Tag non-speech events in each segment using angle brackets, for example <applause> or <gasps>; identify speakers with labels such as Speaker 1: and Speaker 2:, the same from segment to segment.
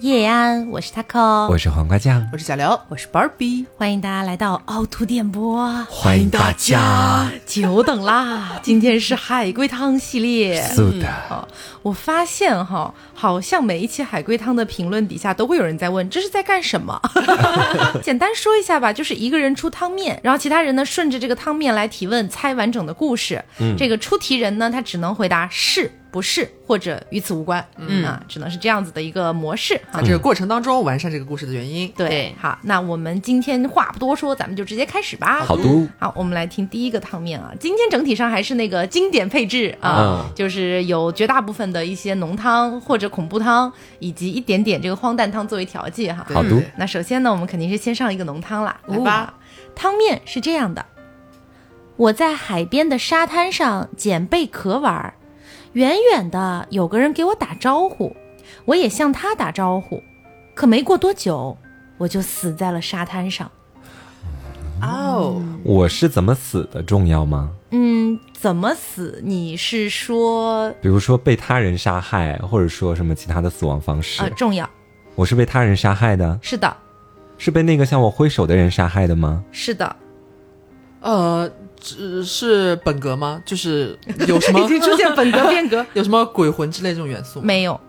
Speaker 1: 夜安，我是 Taco，
Speaker 2: 我是黄瓜酱，
Speaker 3: 我是小刘，
Speaker 4: 我是 Barbie，
Speaker 1: 欢迎大家来到凹凸电波，
Speaker 2: 欢迎大家，
Speaker 1: 啊久等 <laughs> 啦！今天是海龟汤系列，
Speaker 2: 是的，
Speaker 1: 哦，我发现哈，好像每一期海龟汤的评论底下都会有人在问这是在干什
Speaker 3: <laughs>
Speaker 1: 么。简单说一下吧，就是一个人出汤面，然后其他人呢顺着这个汤面来提问，猜完整的故事。
Speaker 3: 嗯
Speaker 1: 这个出题人呢，他只能回答是不是或者与此无关，嗯啊，只能是这样子的一个模式啊。
Speaker 3: 啊，这个过程当中完善这个故事的原因。
Speaker 1: 对
Speaker 4: 对，
Speaker 1: 好，那我们今天话不多说，咱们就直接开始吧。
Speaker 2: 好嘟，
Speaker 1: 好，我们来听第一个汤面啊。今天整体上还是那个经典配置啊，
Speaker 2: 嗯
Speaker 1: 就是有绝大部分的一些浓汤或者恐怖汤，以及一点点这个荒诞汤作为调剂哈。
Speaker 2: 好嘟，
Speaker 1: 那首先呢，我们肯定是先上一个浓汤啦，
Speaker 3: 来吧
Speaker 1: 汤面是这样的：我在海边的沙滩上捡贝壳玩儿，远远的有个人给我打招呼，我也向他打招呼，可没过多久，我就死在了沙滩上。
Speaker 3: 哦，
Speaker 2: 我是怎么死的重要吗？
Speaker 1: 嗯，怎么死？你是说
Speaker 2: 比如说被他人杀害，或者说什么其他的死亡方式
Speaker 3: 啊
Speaker 1: 呃？重要？
Speaker 2: 我是被他人杀害的，
Speaker 1: 是的，
Speaker 2: 是被那个向我挥手的人杀害的吗？
Speaker 1: 是的，
Speaker 3: 呃，只是本格吗？就是有什
Speaker 1: <laughs>
Speaker 3: 么
Speaker 1: 已经出现本格变革
Speaker 3: <laughs> 有什么鬼魂之类这种元素吗？
Speaker 1: 没有？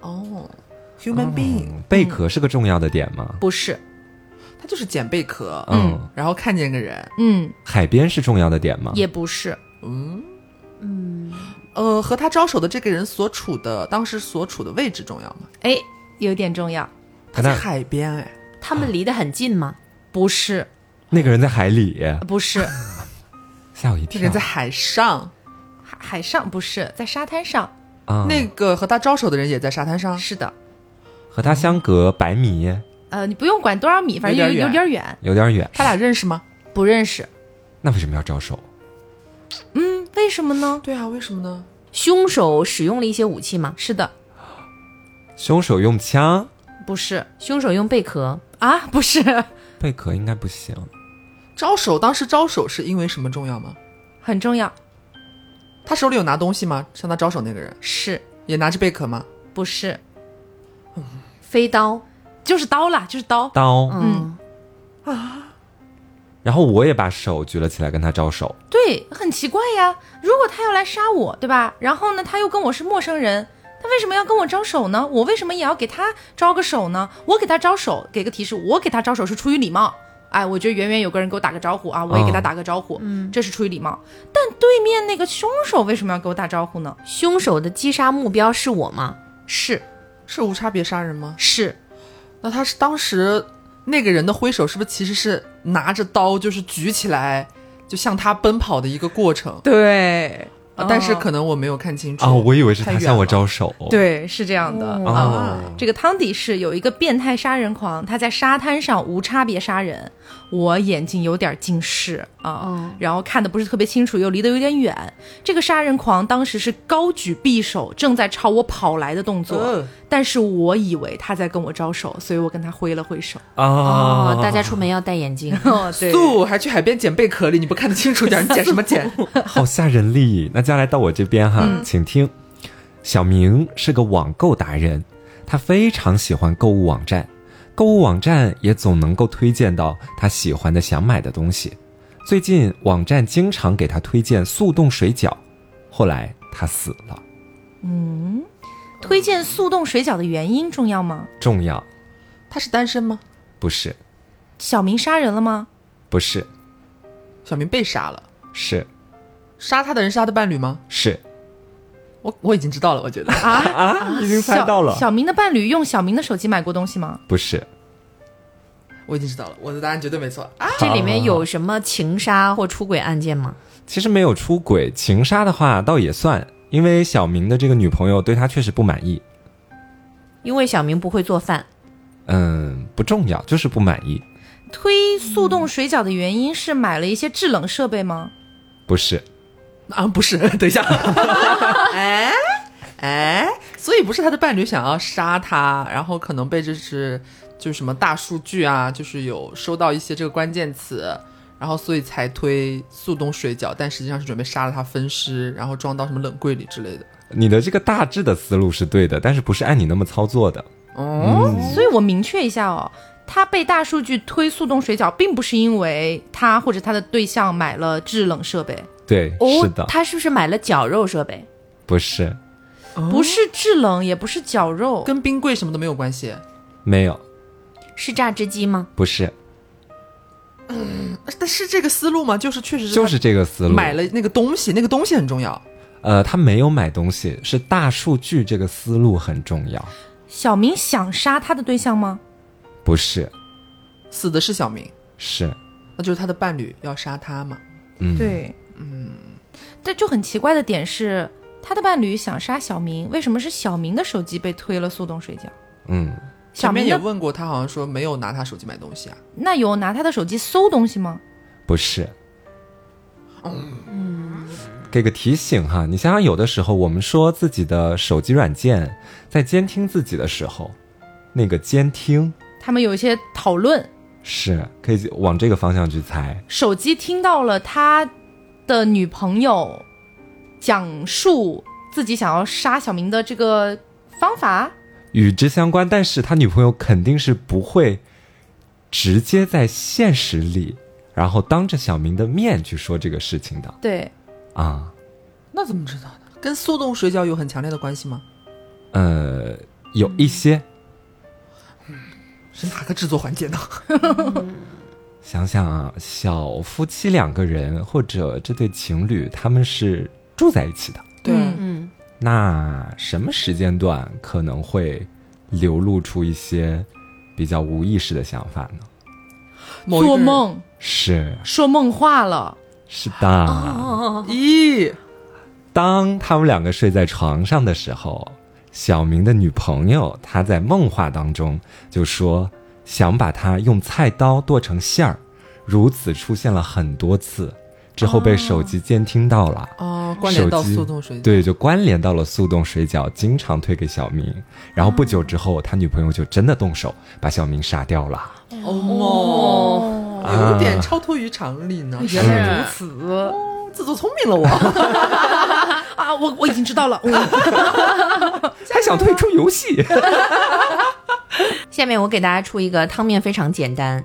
Speaker 3: 哦，human being，
Speaker 2: 嗯贝壳是个重要的点吗？
Speaker 1: 不是，
Speaker 3: 他就是捡贝壳，
Speaker 2: 嗯，
Speaker 3: 然后看见个人，
Speaker 1: 嗯，
Speaker 2: 海边是重要的点吗？
Speaker 1: 也不是，
Speaker 3: 嗯
Speaker 4: 嗯，
Speaker 3: 呃，和他招手的这个人所处的当时所处的位置重要吗？
Speaker 1: 哎，有点重要，
Speaker 3: 他在海边，哎，
Speaker 4: 他们离得很近吗？
Speaker 1: <laughs> 不是，呃
Speaker 2: 那个人在海里，
Speaker 1: 不是。
Speaker 2: 吓我一
Speaker 3: 这
Speaker 2: 跳。
Speaker 3: 个人在海上，
Speaker 1: 海海上不是在沙滩上，
Speaker 2: 啊，
Speaker 3: 那个和他招手的人也在沙滩
Speaker 4: 嗯
Speaker 3: 上，
Speaker 1: 是的，
Speaker 2: 和他相隔百米，
Speaker 1: 呃，你不用管多少米，反正有有
Speaker 3: 有
Speaker 1: 点
Speaker 3: 点
Speaker 1: 远，
Speaker 2: 有点远。
Speaker 3: 他俩认识吗？
Speaker 1: 不认识。
Speaker 2: 那为什么要招手？
Speaker 1: 嗯，为什么呢？
Speaker 3: 对啊，为什么呢？
Speaker 4: 凶手使用了一些武器吗？
Speaker 1: 是的，
Speaker 2: 凶手用枪，
Speaker 1: 不是
Speaker 4: 凶手用贝壳，
Speaker 1: 啊， <laughs> 不是，
Speaker 2: 贝壳应该不行。
Speaker 3: 招手当时招手是因为什么重要吗？
Speaker 1: 很重要，
Speaker 3: 他手里有拿东西吗？向他招手那个人
Speaker 1: 是
Speaker 3: 也拿着贝壳吗？
Speaker 1: 不是？
Speaker 4: 嗯飞刀，
Speaker 1: 就是刀啦，就是刀。
Speaker 2: 刀，
Speaker 1: 嗯
Speaker 4: 嗯，
Speaker 3: 啊
Speaker 2: 然后我也把手举了起来，跟他招手。
Speaker 1: 对，很奇怪呀。如果他要来杀我，对吧？然后呢，他又跟我是陌生人，他为什么要跟我招手呢？我为什么也要给他招个手呢？我给他招手，给个提示，我给他招手是出于礼貌。哎，我觉得远远有个人给我打个招呼啊，
Speaker 4: 哦
Speaker 1: 我也给他
Speaker 2: 嗯
Speaker 1: 打个招呼，嗯，这是出于礼貌。但对面那个凶手为什么要给我打招呼呢？
Speaker 4: 凶手的击杀目标是我吗？
Speaker 1: 是
Speaker 3: 是无差别杀人吗？
Speaker 1: 是，
Speaker 3: 那他是当时那个人的挥手，是不是其实是拿着刀，就是举起来就向他奔跑的一个过程？
Speaker 1: 对
Speaker 3: 啊但是可能我没有看清楚
Speaker 2: 啊，我以为是
Speaker 3: 太
Speaker 2: 他
Speaker 3: 远
Speaker 2: 向我
Speaker 3: 了
Speaker 2: 招手。，
Speaker 1: 对，是这样的。
Speaker 4: 哦
Speaker 2: 啊，
Speaker 1: 这个汤底是有一个变态杀人狂，他在沙滩上无差别杀人，我眼睛有点近视啊，
Speaker 4: 嗯
Speaker 1: 然后看的不是特别清楚，又离得有点远。这个杀人狂当时是高举匕首，正在朝我跑来的动作，
Speaker 4: 嗯
Speaker 3: 呃
Speaker 1: 但是我以为他在跟我招手，所以我跟他挥了挥手。。
Speaker 2: 啊，
Speaker 4: 哦大家出门要戴眼镜
Speaker 1: <laughs> 哦，对
Speaker 3: 素还去海边捡贝壳里，你不看得清楚点，你捡什么捡？
Speaker 2: 好吓人力。那接下来到我这边哈，
Speaker 4: 嗯
Speaker 2: 请听。小明是个网购达人，他非常喜欢购物网站，购物网站也总能够推荐到他喜欢的、想买的东西。最近网站经常给他推荐速冻水饺，后来他死了。
Speaker 1: 推荐速冻水饺的原因重要吗？
Speaker 2: 重要
Speaker 3: 他是单身吗？
Speaker 2: 不是，
Speaker 1: 小明杀人了吗？
Speaker 2: 不是，
Speaker 3: 小明被杀了，
Speaker 2: 是
Speaker 3: 杀他的人是他的伴侣吗？
Speaker 2: 是
Speaker 3: 我我已经知道了，我觉得
Speaker 2: 啊，已经猜
Speaker 1: 小
Speaker 2: 到了，
Speaker 1: 小明的伴侣用小明的手机买过东西吗？
Speaker 2: 不是
Speaker 3: 我已经知道了，我的答案绝对没错啊！
Speaker 4: 这里面有什么情杀或出轨案件吗？
Speaker 2: 其实没有出轨，情杀的话倒也算，因为小明的这个女朋友对他确实不满意。
Speaker 4: 因为小明不会做饭，
Speaker 2: 嗯，不重要，就是不满意。
Speaker 1: 推速冻水饺的原因是买了一些制冷设备吗？
Speaker 2: 不是，
Speaker 3: 啊，不是， <laughs> 等一下，哎哎，所以不是他的伴侣想要杀他，然后可能被这是就是什么大数据啊，就是有收到一些这个关键词，然后所以才推速冻水饺，但实际上是准备杀了他分尸，然后装到什么冷柜里之类的。
Speaker 2: 你的这个大致的思路是对的，但是不是按你那么操作的。
Speaker 3: 哦，
Speaker 4: 嗯
Speaker 1: 所以我明确一下哦，他被大数据推速冻水饺，并不是因为他或者他的对象买了制冷设备，
Speaker 2: 对，
Speaker 1: 哦
Speaker 2: 是的，
Speaker 4: 哦他是不是买了绞肉设备？
Speaker 2: 不是，
Speaker 1: 不是制冷，也不是绞肉，
Speaker 3: 跟冰柜什么都没有关系，
Speaker 2: 没有，
Speaker 4: 是榨汁机吗？
Speaker 2: 不是，
Speaker 3: 但是这个思路吗？就是确实是
Speaker 2: 就是这个思
Speaker 3: 他
Speaker 2: 路。
Speaker 3: 买了那个东西，那个东西很重要。
Speaker 2: 呃，他没有买东西，是大数据这个思路很重要，
Speaker 1: 小明想杀他的对象吗？
Speaker 2: 不是，
Speaker 3: 死的是小明，
Speaker 2: 是
Speaker 3: 那就是他的伴侣要杀他嘛？
Speaker 1: 对，嗯，但就很奇怪的点是，他的伴侣想杀小明，为什么是小明的手机被推了速冻水饺？
Speaker 2: 嗯，
Speaker 1: 小
Speaker 3: 前面
Speaker 1: 明
Speaker 3: 也
Speaker 1: 的
Speaker 3: 问过他，好像说没有拿他手机买东西啊。
Speaker 1: 那有拿他的手机搜东西吗？
Speaker 2: 不是。给个提醒哈，你想想，有的时候我们说自己的手机软件在监听自己的时候，那个监听
Speaker 1: 他们有一些讨论，
Speaker 2: 是可以往这个方向去猜，
Speaker 1: 手机听到了他的女朋友讲述自己想要杀小明的这个方法，
Speaker 2: 与之相关。但是他女朋友肯定是不会直接在现实里，然后当着小明的面去说这个事情的
Speaker 1: 对，
Speaker 2: 啊。
Speaker 3: 那怎么知道的？跟速冻水饺有很强烈的关系吗？
Speaker 2: 呃，有一些
Speaker 3: 是哪个制作环 <laughs> 节呢？
Speaker 2: 想想啊，小夫妻两个人或者这对情侣，他们是住在一起的，
Speaker 1: 嗯
Speaker 4: 嗯，
Speaker 2: 那什么时间段可能会流露出一些比较无意识的想法呢？
Speaker 3: 某一个
Speaker 1: 做
Speaker 3: 人，
Speaker 1: 梦
Speaker 2: 是
Speaker 1: 说梦话了，
Speaker 2: 是的，
Speaker 3: <laughs> 咦，
Speaker 2: 当他们两个睡在床上的时候，小明的女朋友她在梦话当中就说想把他用菜刀剁成馅儿，如此出现了很多次，之后被手机监听到了。
Speaker 3: 哦，关联到
Speaker 2: 手机
Speaker 3: 速冻水饺，
Speaker 2: 对，就关联到了速冻水饺，经常推给小明。然后不久之后，他女朋友就真的动手把小明杀掉了。
Speaker 3: 哦，
Speaker 2: 啊
Speaker 3: 有点超脱于常理呢。原来
Speaker 4: 是
Speaker 1: 此
Speaker 3: 我自作聪明了我， <laughs>
Speaker 1: 啊，我我已经知道了，
Speaker 2: 还想退出游戏？ <laughs>
Speaker 4: 下面我给大家出一个汤面，非常简单。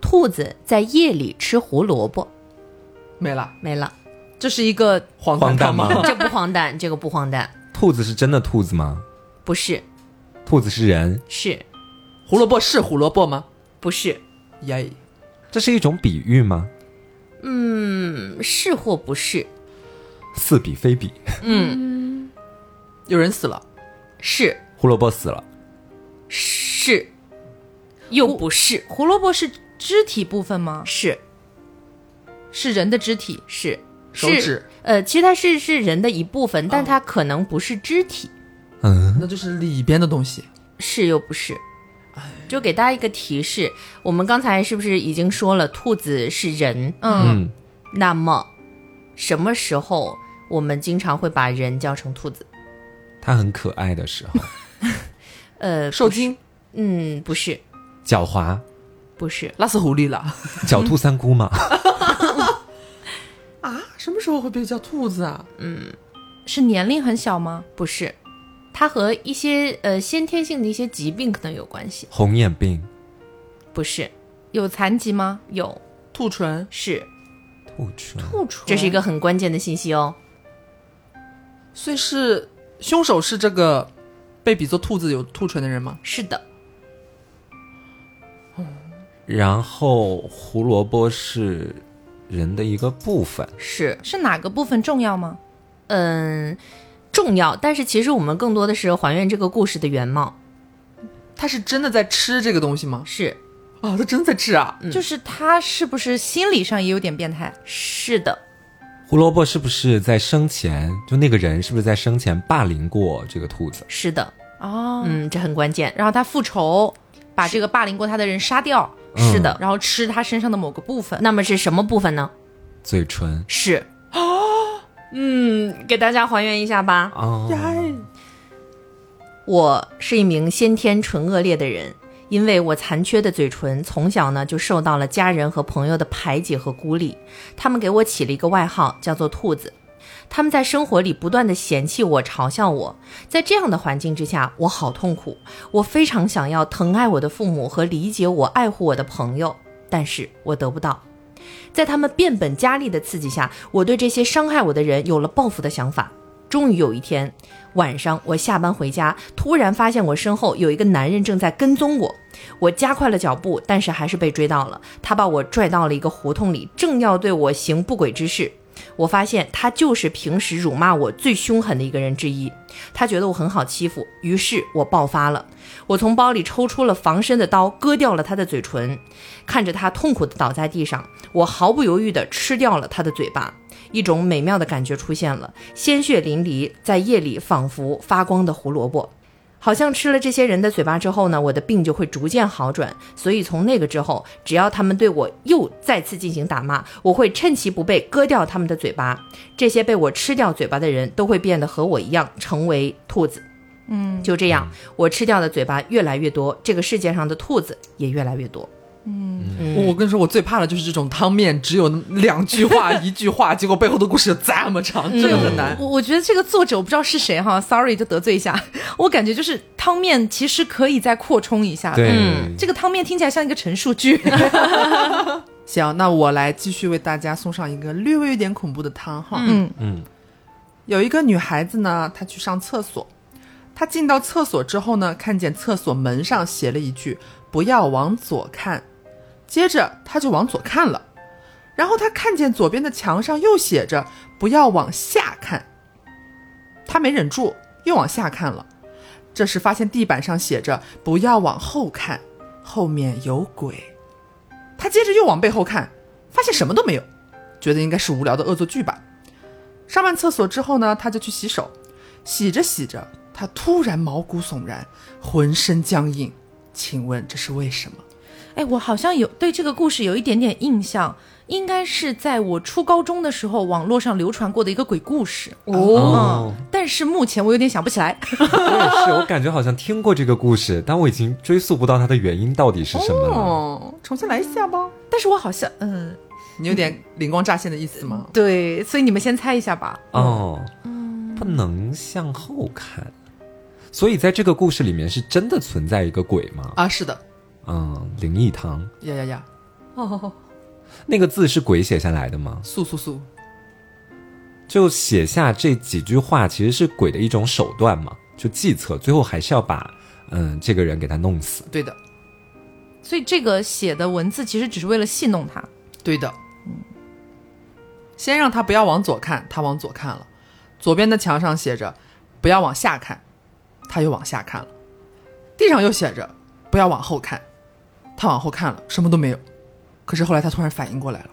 Speaker 4: 兔子在夜里吃胡萝卜，
Speaker 3: 没了，
Speaker 4: 没
Speaker 1: <laughs>
Speaker 4: 了。
Speaker 1: 这是一个
Speaker 3: 黄
Speaker 2: 荒诞
Speaker 3: 汤吗？
Speaker 2: 吗？
Speaker 4: 这不荒诞，这个不荒诞，
Speaker 2: 兔子是真的兔子吗？
Speaker 4: 不是，
Speaker 2: 兔子是人，
Speaker 4: 是
Speaker 3: 胡萝卜是胡萝卜吗？
Speaker 4: 不是？
Speaker 3: 耶，
Speaker 2: 这是一种比喻吗？
Speaker 4: 嗯是或不是？
Speaker 2: 似比非比，
Speaker 3: 有人死了，
Speaker 4: 是
Speaker 2: 胡萝卜死了，
Speaker 4: 是，又不是？
Speaker 1: 胡萝卜是肢体部分吗？
Speaker 4: 是
Speaker 1: 是人的肢体，
Speaker 4: 是
Speaker 3: 手
Speaker 4: 是
Speaker 3: 指
Speaker 4: 呃，其实它是是人的一部分，但它可能不是肢体，
Speaker 2: 嗯，
Speaker 3: 那就是里边的东西。
Speaker 4: 是又不是。就给大家一个提示，我们刚才是不是已经说了，兔子是人？
Speaker 1: 嗯，
Speaker 2: 嗯
Speaker 4: 那么，什么时候我们经常会把人叫成兔子？
Speaker 2: 它很可爱的时候，
Speaker 4: 呃，
Speaker 3: 受惊，
Speaker 4: 嗯，不是，
Speaker 2: 狡猾，
Speaker 4: 不是，
Speaker 3: 拉死狐狸了 <laughs>
Speaker 2: 狡兔三窟嘛，
Speaker 3: 啊？什么时候会被叫兔子啊？
Speaker 1: 是年龄很小吗？
Speaker 4: 不是，它和一些呃先天性的一些疾病可能有关系。
Speaker 2: <laughs> 红眼病，
Speaker 4: 不是，
Speaker 1: 有残疾吗？
Speaker 4: 有
Speaker 3: 兔唇
Speaker 4: 是，
Speaker 2: 兔唇，
Speaker 1: 不纯
Speaker 4: 这是一个很关键的信息哦。
Speaker 3: 所以是凶手是这个被比作兔子有兔唇的人吗？
Speaker 4: 是的，
Speaker 2: 然后胡萝卜是人的一个部分，
Speaker 4: 是，
Speaker 1: 是哪个部分重要吗？
Speaker 4: 嗯，重要。但是其实我们更多的是还原这个故事的原貌。
Speaker 3: 他是真的在吃这个东西吗？
Speaker 4: 是，
Speaker 3: 啊，他真的在吃啊！
Speaker 1: 就是他是不是心理上也有点变态？
Speaker 4: 是的，
Speaker 2: 胡萝卜是不是在生前就那个人是不是在生前霸凌过这个兔子？
Speaker 4: 是的，
Speaker 1: 哦，
Speaker 4: 嗯，这很关键。
Speaker 1: 然后他复仇，把这个霸凌过他的人杀掉，
Speaker 2: 嗯
Speaker 4: 是的，
Speaker 1: 然后吃他身上的某个部分。
Speaker 4: 那么是什么部分呢？
Speaker 2: 嘴唇
Speaker 4: 是啊，嗯，给大家还原一下吧。
Speaker 2: 哦，
Speaker 4: 我是一名先天唇腭裂的人，因为我残缺的嘴唇，从小呢就受到了家人和朋友的排挤和孤立。他们给我起了一个外号，叫做“兔子”。他们在生活里不断的嫌弃我、嘲笑我，在这样的环境之下，我好痛苦。我非常想要疼爱我的父母和理解我、爱护我的朋友，但是我得不到。在他们变本加厉的刺激下，我对这些伤害我的人有了报复的想法。终于有一天晚上，我下班回家，突然发现我身后有一个男人正在跟踪我。我加快了脚步，但是还是被追到了。他把我拽到了一个胡同里，正要对我行不轨之事。我发现他就是平时辱骂我最凶狠的一个人之一。他觉得我很好欺负，于是我爆发了。我从包里抽出了防身的刀，割掉了他的嘴唇，看着他痛苦地倒在地上，我毫不犹豫地吃掉了他的嘴巴。一种美妙的感觉出现了，鲜血淋漓，在夜里仿佛发光的胡萝卜。好像吃了这些人的嘴巴之后呢，我的病就会逐渐好转。所以从那个之后，只要他们对我又再次进行打骂，我会趁其不备割掉他们的嘴巴。这些被我吃掉嘴巴的人都会变得和我一样，成为兔子。嗯，就这样，我吃掉的嘴巴越来越多，这个世界上的兔子也越来越多。
Speaker 3: 我我跟你说，我最怕的就是这种汤面，只有两句 <laughs> 话、一句话，结果背后的故事有这么长，这个很难。
Speaker 1: 我我觉得这个作者我不知道是谁哈，sorry 就得罪一下。 <laughs> 我感觉就是汤面其实可以再扩充一下的。
Speaker 2: 对，
Speaker 1: 这个汤面听起来像一个陈述
Speaker 3: <laughs>
Speaker 1: 句。
Speaker 3: 行，那我来继续为大家送上一个略微有点恐怖的汤哈。
Speaker 1: 嗯
Speaker 2: 嗯
Speaker 3: 有一个女孩子呢，她去上厕所，她进到厕所之后呢，看见厕所门上写了一句“不要往左看”，接着她就往左看了，然后她看见左边的墙上又写着“不要往下看”，她没忍住又往下看了，这时发现地板上写着“不要往后看，后面有鬼”，她接着又往背后看，发现什么都没有，觉得应该是无聊的恶作剧吧。上完厕所之后呢，他就去洗手，洗着洗着，他突然毛骨悚然，浑身僵硬。请问这是为什么？
Speaker 1: 哎，我好像有对这个故事有一点点印象，应该是在我初高中的时候网络上流传过的一个鬼故事。
Speaker 2: 哦
Speaker 1: 嗯，但是目前我有点想不起来。 <laughs>
Speaker 2: 我也是，我感觉好像听过这个故事，但我已经追溯不到它的原因到底是什么了。
Speaker 3: 哦，重新来一下吧。
Speaker 1: 但是我好像
Speaker 3: 呃
Speaker 1: 嗯，
Speaker 3: 你有点灵光乍现的意思吗？
Speaker 1: 对，所以你们先猜一下吧。
Speaker 2: 哦，不能向后看，所以在这个故事里面是真的存在一个鬼吗？
Speaker 3: 啊，是的，
Speaker 2: 嗯，灵异堂
Speaker 3: 呀呀呀，
Speaker 2: 那个字是鬼写下来的吗？
Speaker 3: 速速速！
Speaker 2: 就写下这几句话，其实是鬼的一种手段嘛，就计策，最后还是要把嗯这个人给他弄死。
Speaker 3: 对的，
Speaker 1: 所以这个写的文字其实只是为了戏弄他。
Speaker 3: 对的。先让他不要往左看，他往左看了，左边的墙上写着“不要往下看”，他又往下看了，地上又写着“不要往后看”，他往后看了，什么都没有。可是后来他突然反应过来了。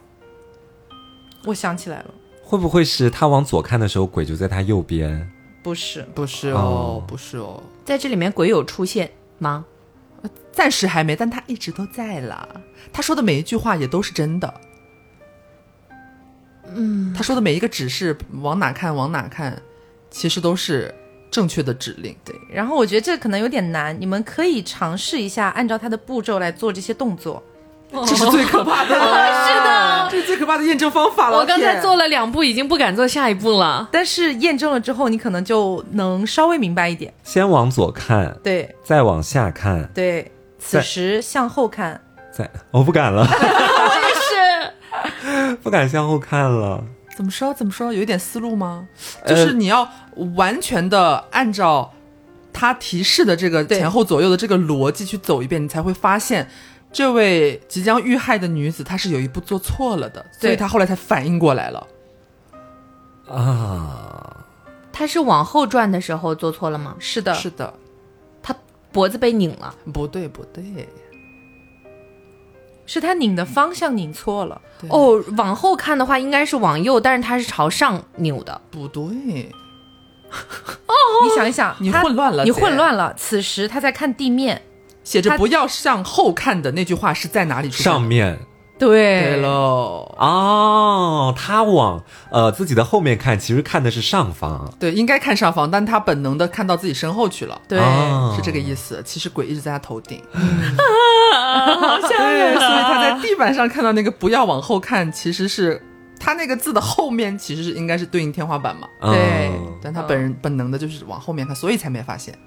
Speaker 1: 我想起来了，
Speaker 2: 会不会是他往左看的时候，鬼就在他右边？
Speaker 1: 不是，
Speaker 3: 不是哦，
Speaker 2: 哦
Speaker 3: 不是哦，
Speaker 4: 在这里面，鬼有出现吗？
Speaker 3: 暂时还没，但他一直都在啦。他说的每一句话也都是真的。嗯，他说的每一个指示，往哪看，往哪看，其实都是正确的指令。对，
Speaker 1: 然后我觉得这可能有点难，你们可以尝试一下，按照它的步骤来做这些动作。
Speaker 3: 这是最可怕的，是的， <laughs> 这是最可怕的验证方法了。
Speaker 4: 我刚才
Speaker 3: 天
Speaker 4: 做了两步，已经不敢做下一步了。
Speaker 1: 但是验证了之后，你可能就能稍微明白一点。
Speaker 2: 先往左看，
Speaker 1: 对
Speaker 2: 再往下看，
Speaker 1: 对，此时向后看，
Speaker 2: 再我、不敢了，
Speaker 4: 是，
Speaker 2: 不敢向后看了。
Speaker 3: 怎么说？怎么说？有一点思路吗？就是你要完全的按照他提示的这个
Speaker 1: 对
Speaker 3: 前后左右的这个逻辑去走一遍，你才会发现这位即将遇害的女子她是有一步做错了的，所以
Speaker 1: 对
Speaker 3: 她后来才反应过来了。
Speaker 2: 啊，
Speaker 4: 他是往后转的时候做错了吗？
Speaker 1: 是的，
Speaker 3: 是的，
Speaker 4: 他脖子被拧了，
Speaker 3: 不对，不对，
Speaker 1: 是他拧的方向拧错了。
Speaker 3: 对
Speaker 4: 哦，往后看的话应该是往右，但是他是朝上扭的。
Speaker 3: 不对，
Speaker 1: 你想一想，
Speaker 3: 你
Speaker 1: 他
Speaker 3: 混乱了
Speaker 1: 你
Speaker 3: 姐
Speaker 1: 混乱了。此时他在看地面，
Speaker 3: 写着
Speaker 1: 她
Speaker 3: 不要向后看的那句话是在哪里出现的
Speaker 2: 上面
Speaker 1: 对
Speaker 3: 对喽，
Speaker 2: 哦，他往呃自己的后面看，其实看的是上方。
Speaker 3: 对，应该看上方，但她本能的看到自己身后去了。啊
Speaker 1: 对
Speaker 2: 哦
Speaker 3: 是这个意思，其实鬼一直在她头顶，对，所以她在地板上看到那个不要往后看，其实是他那个字的后面其实是应该是对应天花板嘛，
Speaker 1: 对
Speaker 2: 嗯
Speaker 3: 但他本人本能的就是往后面看，所以才没发现。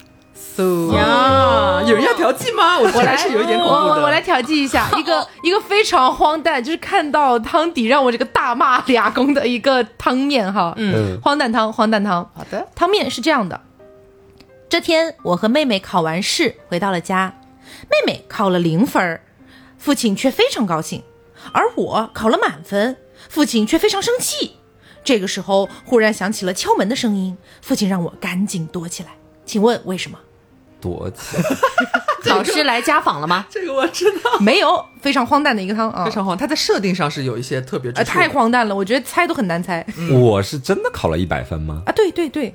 Speaker 1: so
Speaker 3: 呀，有人要调剂吗？我觉得还是有一点恐怖的。
Speaker 1: 我我我来调剂一
Speaker 4: <laughs>
Speaker 1: 下，一个一个非常荒诞，就是看到汤底让我这个大骂俩公的一个汤面哈，
Speaker 2: 嗯
Speaker 1: 荒诞汤，荒诞汤，
Speaker 3: 好的，
Speaker 1: 汤面是这样的：这天我和妹妹考完试回到了家，妹妹考了零分儿，父亲却非常高兴，而我考了满分，父亲却非常生气。这个时候忽然响起了敲门的声音，父亲让我赶紧躲起来。请问为
Speaker 3: <laughs>
Speaker 1: 什么？
Speaker 2: 躲起
Speaker 4: 老师来家访了吗？
Speaker 3: 这个我知道，
Speaker 1: 没有，非常荒诞的一个汤啊
Speaker 3: 非，常荒。他在设定上是有一些特别之
Speaker 1: 呃，
Speaker 3: 处的，
Speaker 1: 太荒诞了，我觉得猜都很难猜
Speaker 3: 嗯
Speaker 2: 我是真的考了一百分吗？
Speaker 1: 啊。对对对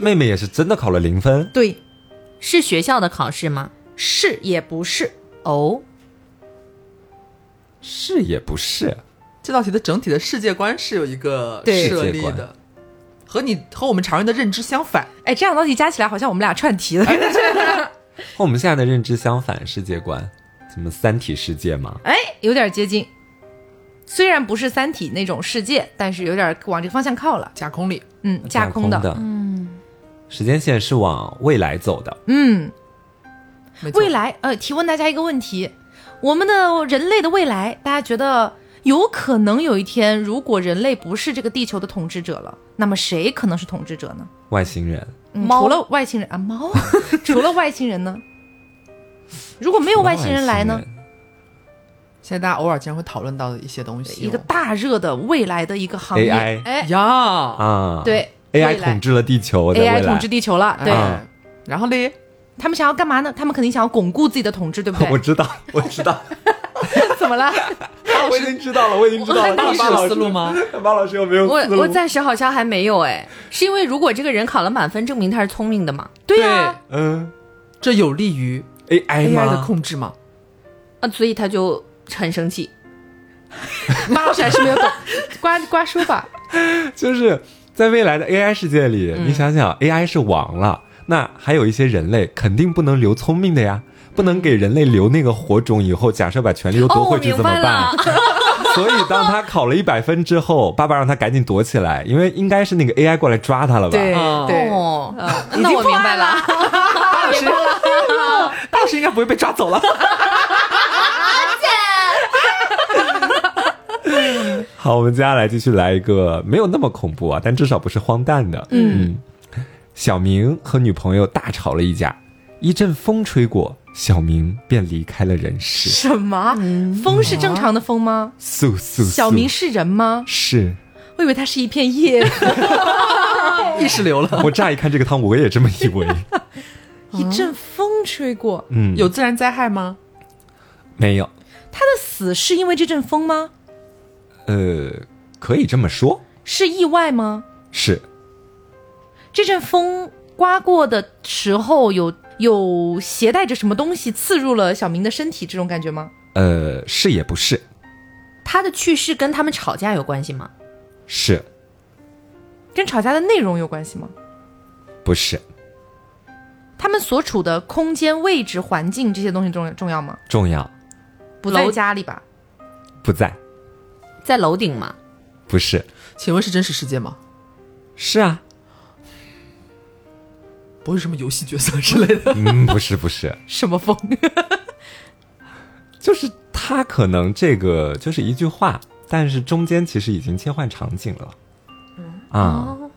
Speaker 2: 妹妹也是真的考了零分，
Speaker 1: 对，
Speaker 4: 是学校的考试吗？
Speaker 1: 是也不是，
Speaker 4: 哦，
Speaker 2: 是也不是？
Speaker 3: 这道题的整体的世界观是有一个
Speaker 1: 对
Speaker 3: 设立
Speaker 2: 世界
Speaker 3: 的，和你和我们常人的认知相反。
Speaker 1: 哎，这两道题加起来好像我们俩串题了。
Speaker 2: 和我们现在的认知相反，世界观，什么三体世界嘛？
Speaker 1: 哎，有点接近。虽然不是《三体》那种世界，但是有点往这个方向靠了。
Speaker 3: 假空里，
Speaker 1: 嗯，架
Speaker 2: 空
Speaker 1: 的。
Speaker 2: 嗯，时间线是往未来走的，
Speaker 1: 嗯，
Speaker 3: 没错
Speaker 1: 未来呃，提问大家一个问题：我们的人类的未来，大家觉得有可能有一天，如果人类不是这个地球的统治者了，那么谁可能是统治者呢？
Speaker 2: 外星人
Speaker 1: 嗯、
Speaker 4: 猫
Speaker 1: 除了外星人啊，猫， <laughs> 除了外星人呢？如果没有外星人来呢？？
Speaker 3: 现在大家偶尔经常会讨论到的一些东西哦，
Speaker 1: 一个大热的未来的一个行业
Speaker 2: AI
Speaker 1: 哎，
Speaker 3: 呀，
Speaker 2: 啊，
Speaker 1: 对未
Speaker 2: ，AI
Speaker 1: 来
Speaker 2: 统治了地球，在未
Speaker 1: ，AI
Speaker 2: 来
Speaker 1: 统治地球了，对。
Speaker 3: 哎然后嘞，
Speaker 1: 他们想要干嘛呢？他们肯定想要巩固自己的统治，对不
Speaker 2: <laughs> 我
Speaker 1: 对？
Speaker 2: 知道，我知
Speaker 1: <laughs>
Speaker 2: 道，
Speaker 1: 怎么了？
Speaker 2: 我已经知道了，我已经知道了。
Speaker 3: 大老师
Speaker 2: 大巴
Speaker 3: 有思路吗？
Speaker 2: 大巴老师有没有
Speaker 4: 我
Speaker 2: 思路？
Speaker 4: 我暂时好像还没有哎，是因为如果这个人考了满分，证明他是聪明的嘛？
Speaker 1: 对呀、
Speaker 2: 嗯
Speaker 3: 这有利于
Speaker 2: ，AI
Speaker 3: AI 的
Speaker 2: 吗？
Speaker 3: 控制吗？
Speaker 4: 啊，所以他就很生气。
Speaker 1: 马老师还是没有懂， <laughs> 瓜瓜说吧。
Speaker 4: <laughs>
Speaker 2: 就是在未来的 AI 世界里，
Speaker 4: 嗯
Speaker 2: 你想想，AI 是王了，那还有一些人类肯定不能留聪明的
Speaker 4: 嗯
Speaker 2: 呀，不能给人类留那个火种，以后假设把权力又夺
Speaker 4: 哦，我
Speaker 2: 回去
Speaker 4: 明
Speaker 2: 怎么
Speaker 4: 白
Speaker 2: 办？
Speaker 4: 了，
Speaker 2: <laughs> 所以当他考了一百分之后，爸爸让他赶紧躲起来，因为应该是那个 AI 过来抓他了吧？
Speaker 3: 啊
Speaker 4: 哦，那我明白了。
Speaker 3: 大 <laughs> 老师，大老师应该不会被抓走了。
Speaker 2: <laughs> 好，我们接下来继续来一个没有那么恐怖啊，但至少不是荒诞的。嗯，小明和女朋友大吵了一架，一阵风吹过，小明便离开了人世。
Speaker 1: 什么？风是正常的风吗？
Speaker 2: 速速，
Speaker 1: 小明是人吗？
Speaker 2: 是
Speaker 1: 我以为它是一片叶，
Speaker 3: 意识流了，
Speaker 2: 我乍一看这个汤，我也这么
Speaker 1: <laughs>
Speaker 2: 以为。
Speaker 1: 一阵风吹过。
Speaker 2: 嗯，
Speaker 3: 有自然灾害吗？
Speaker 2: 没有？
Speaker 1: 他的死是因为这阵风吗？
Speaker 2: 呃，可以这么说，
Speaker 1: 是意外吗？
Speaker 2: 是
Speaker 1: 这阵风刮过的时候有，有携带着什么东西刺入了小明的身体，这种感觉吗？
Speaker 2: 呃，是也不是，
Speaker 4: 他的去世跟他们吵架有关系吗？
Speaker 2: 是
Speaker 1: 跟吵架的内容有关系吗？
Speaker 2: 不是
Speaker 1: 他们所处的空间、位置、环境这些东西重重要吗？
Speaker 2: 重要？
Speaker 1: 不在
Speaker 4: 楼
Speaker 1: 家里吧？
Speaker 2: 不在，
Speaker 4: 在楼顶吗？
Speaker 2: 不是，
Speaker 3: 请问是真实世界吗？
Speaker 2: 是啊，
Speaker 3: 不是什么游戏角色之类的。
Speaker 2: 嗯，不是不是，
Speaker 1: <laughs> 什么风？
Speaker 2: <laughs> 就是他可能这个就是一句话，但是中间其实已经切换场景了，
Speaker 1: 嗯
Speaker 2: 啊、
Speaker 1: 哦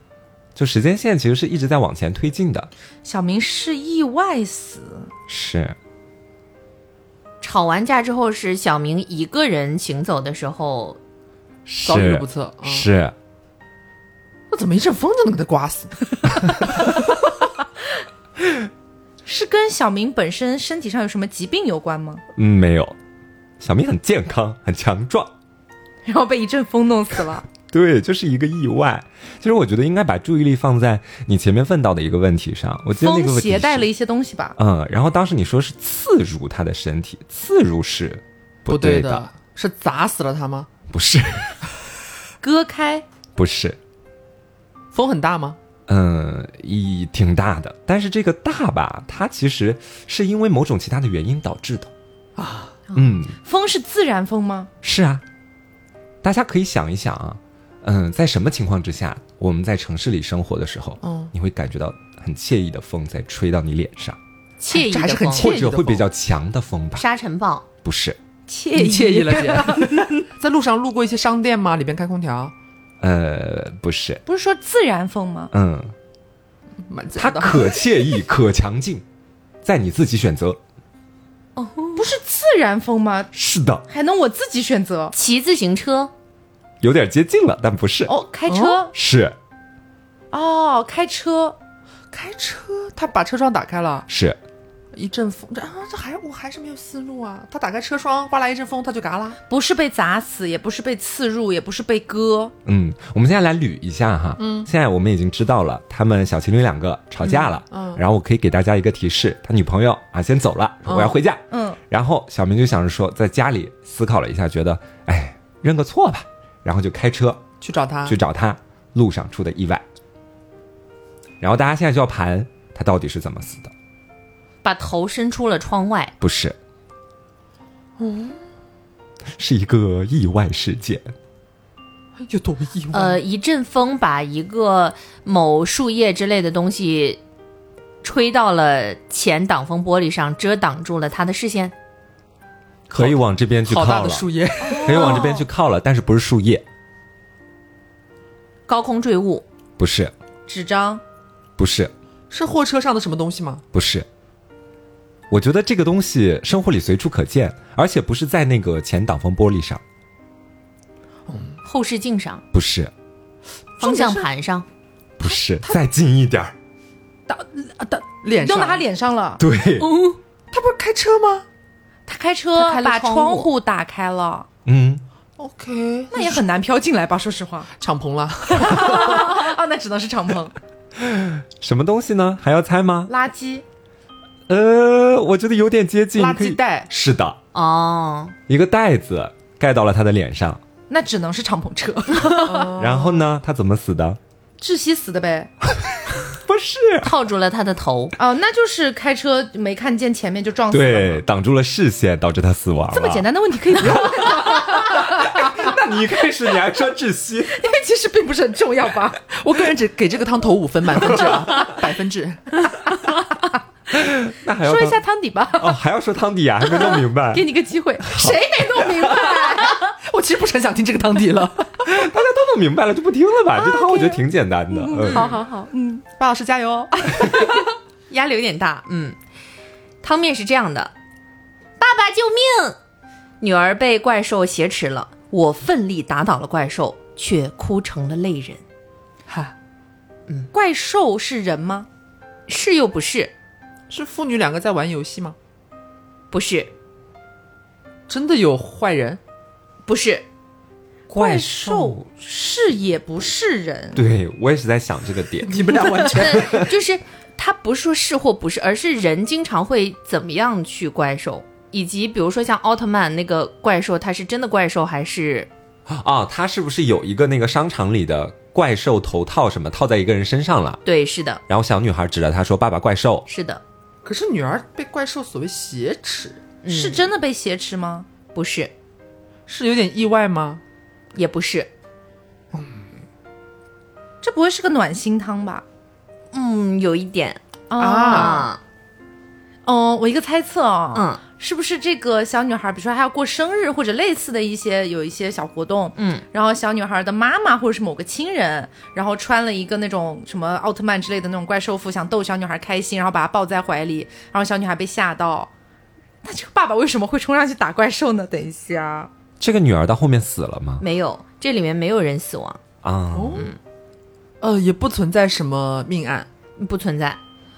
Speaker 2: 就时间线其实是一直在往前推进的，
Speaker 1: 小明是意外死，
Speaker 2: 是
Speaker 4: 吵完架之后是小明一个人行走的时候，
Speaker 3: 遭遇
Speaker 2: 是
Speaker 3: 了不测，
Speaker 1: 哦
Speaker 3: 啊
Speaker 2: 是
Speaker 3: 我怎么一阵风就能给他刮死？
Speaker 1: 是跟小明本身身体上有什么疾病有关吗？ <laughs>
Speaker 2: 嗯，没有，小明很健康，很强壮。
Speaker 1: 然后被一阵风弄死
Speaker 2: <laughs>
Speaker 1: 了。
Speaker 2: 对，就是一个意外。其实我觉得应该把注意力放在你前面问到的一个问题上。我记得那个
Speaker 1: 风
Speaker 2: 问题
Speaker 1: 携带
Speaker 2: 是
Speaker 1: 了一些东西吧？
Speaker 2: 嗯，然后当时你说是刺入他的身体，刺入是
Speaker 3: 不
Speaker 2: 对的，
Speaker 3: 的，是砸死了他吗？
Speaker 2: 不是， <laughs>
Speaker 1: 割开
Speaker 2: 不是，
Speaker 3: 风很大吗？
Speaker 2: 嗯，一挺大的，但是这个大吧，它其实是因为某种其他的原因导致的啊。嗯，
Speaker 1: 风是自然风吗？
Speaker 2: 是啊，大家可以想一想啊，嗯，在什么情况之下，我们在城市里生活的时候，
Speaker 3: 嗯
Speaker 2: 你会感觉到很惬意的风在吹到你脸上，
Speaker 4: 惬意
Speaker 3: 这
Speaker 4: 的
Speaker 3: 还是很
Speaker 4: 风
Speaker 3: 惬
Speaker 2: 或
Speaker 3: 意
Speaker 2: 者
Speaker 3: 的
Speaker 2: 会比
Speaker 3: 风
Speaker 2: 较强的风吧？
Speaker 4: 沙尘暴，
Speaker 2: 不是，
Speaker 1: 惬
Speaker 3: 你
Speaker 1: 意
Speaker 3: 惬意了，姐。在路上路过一些商店吗？里边开空调，
Speaker 2: 呃，不是，
Speaker 1: 不是说自然风吗？
Speaker 2: 嗯，
Speaker 3: 蛮自
Speaker 2: 它
Speaker 3: 然 <laughs> 的。
Speaker 2: 可惬意，可强劲，在你自己选择。
Speaker 1: 不是自然风吗？
Speaker 2: 是的，
Speaker 1: 还能我自己选择
Speaker 4: 骑自行车，
Speaker 2: 有点接近了，但不是，
Speaker 1: 哦，开车
Speaker 2: 是
Speaker 1: 哦，开车
Speaker 3: 开车，他把车窗打开了，
Speaker 2: 是，
Speaker 3: 一阵风，这啊，这还我还是没有思路啊。他打开车窗，刮来一阵风，他就嘎啦。
Speaker 1: 不是被砸死，也不是被刺入，也不是被割，
Speaker 2: 嗯，我们现在来捋一下哈，嗯，现在我们已经知道了他们小情侣两个吵架了，
Speaker 3: 嗯嗯
Speaker 2: 然后我可以给大家一个提示，他女朋友啊先走了，我要回家，
Speaker 1: 嗯，
Speaker 2: 然后小明就想着说，在家里思考了一下，觉得哎认个错吧，然后就开车
Speaker 3: 去找他
Speaker 2: 去，找他路上出的意外，然后大家现在就要盘他到底是怎么死的，
Speaker 4: 把头伸出了窗外，
Speaker 2: 不是，嗯，是一个意外事件，
Speaker 3: 有多意外？
Speaker 4: 呃，一阵风把一个某树叶之类的东西吹到了前挡风玻璃上，遮挡住了他的视线。
Speaker 2: 可以往这边去
Speaker 3: 好
Speaker 2: 靠
Speaker 3: 大
Speaker 2: 了
Speaker 3: 的，树叶，
Speaker 2: 可以往这边去靠了，但是不是树叶，
Speaker 4: 高空坠物，
Speaker 2: 不是，
Speaker 1: 纸张
Speaker 2: 不是，
Speaker 3: 是货车上的什么东西吗？
Speaker 2: 不是。我觉得这个东西生活里随处可见，而且不是在那个前挡风玻璃上，
Speaker 4: 后视镜上，
Speaker 2: 不是，
Speaker 4: 方向盘上， <laughs>
Speaker 2: 不是，再近一点儿，
Speaker 3: 脸上
Speaker 1: 扔到他，脸上了。
Speaker 2: 对，
Speaker 3: 嗯他不是开车吗
Speaker 1: 他开车
Speaker 4: 他开了
Speaker 1: 把
Speaker 4: 窗户
Speaker 1: 窗户打开了，
Speaker 2: 嗯，
Speaker 3: ？OK，
Speaker 1: 那也很难飘进来吧？说 <laughs> 实话，
Speaker 3: 敞篷了，
Speaker 1: 啊，那只能是敞篷、
Speaker 2: 什么东西呢？还要猜吗？
Speaker 1: 垃圾、
Speaker 2: 呃，我觉得有点接近，
Speaker 3: 垃
Speaker 2: 可以
Speaker 3: 圾袋，
Speaker 2: 是的，
Speaker 4: 哦，
Speaker 2: 一个袋子盖到了他的脸上，
Speaker 1: 那只能是敞篷车，
Speaker 3: 哦
Speaker 2: 然后呢，他怎么死的？
Speaker 1: <laughs> 窒息死的呗。
Speaker 2: 不是，
Speaker 4: 套住了他的头。
Speaker 1: 哦，那就是开车没看见前面就撞死了。
Speaker 2: 对，，挡住了视线，导致他死亡。
Speaker 1: 这么简？单的问题可以不用问，
Speaker 2: 那你一开始你还说窒息？
Speaker 1: <laughs> 因为其实并不是很重要吧？
Speaker 3: 我个人只给这个汤投五分，满分制啊，百分制。
Speaker 2: <laughs> 那还要
Speaker 1: 说一
Speaker 2: 当
Speaker 1: 下汤底 <laughs> 吧，
Speaker 2: 哦，还要说汤底啊，还没弄明白。
Speaker 1: <laughs> 给你个机会。谁没弄明白？
Speaker 3: 我其实不是很想听这个汤底了。
Speaker 2: 大家都弄明白了就不听了吧？
Speaker 1: 啊
Speaker 2: 这汤我觉得挺简单的。
Speaker 1: <laughs>
Speaker 2: 嗯，
Speaker 1: 好好好，嗯，
Speaker 3: 巴老师加油哦！
Speaker 4: <laughs> 压力有点大。嗯，汤面是这样的：爸爸救命！女儿被怪兽挟持了，我奋力打倒了怪兽，却哭成了泪人。
Speaker 3: 哈，
Speaker 1: 怪兽是人吗？
Speaker 4: 是又不是？
Speaker 3: 是父女两个在玩游戏吗？
Speaker 4: 不是，
Speaker 3: 真的有坏人？
Speaker 4: 不是，
Speaker 1: 怪兽是也不是人，
Speaker 2: 对我也是在想这个
Speaker 1: <laughs>
Speaker 2: 点。
Speaker 3: <laughs> 你们俩完全
Speaker 4: 呃 <laughs> 就是他不是说是或不是，而是人经常会怎么样去怪兽，以及比如说像奥特曼那个怪兽，他是真的怪兽还是？
Speaker 2: 啊，他是不是有一个那个商场里的怪兽头套什么套在一个人身上了？
Speaker 4: 对，是的，
Speaker 2: 然后小女孩指着他说：“爸爸，怪兽。
Speaker 4: 是的，
Speaker 3: <laughs> 可是女儿被怪兽所谓挟持，
Speaker 4: 嗯
Speaker 1: 是真的被挟持吗？
Speaker 4: 不是，
Speaker 3: 是有点意外吗？
Speaker 4: 也不是，
Speaker 1: 这不会是个暖心汤吧？
Speaker 4: 嗯，有一点
Speaker 3: 啊，
Speaker 1: 哦，我一个猜测啊、
Speaker 4: 嗯，
Speaker 1: 是不是这个小女孩，比如说她要过生日或者类似的一些有一些小活动，
Speaker 4: 嗯，
Speaker 1: 然后小女孩的妈妈或者是某个亲人，然后穿了一个那种什么奥特曼之类的那种怪兽服，想逗小女孩开心，然后把她抱在怀里，然后小女孩被吓到。那这个爸爸为什么会冲上去打怪兽呢？等一下，”
Speaker 2: 这个女儿到后面死了吗？
Speaker 4: 没有，这里面没有人死亡，
Speaker 2: 啊，
Speaker 1: 哦
Speaker 3: 呃，也不存在什么命案，
Speaker 4: 不存在。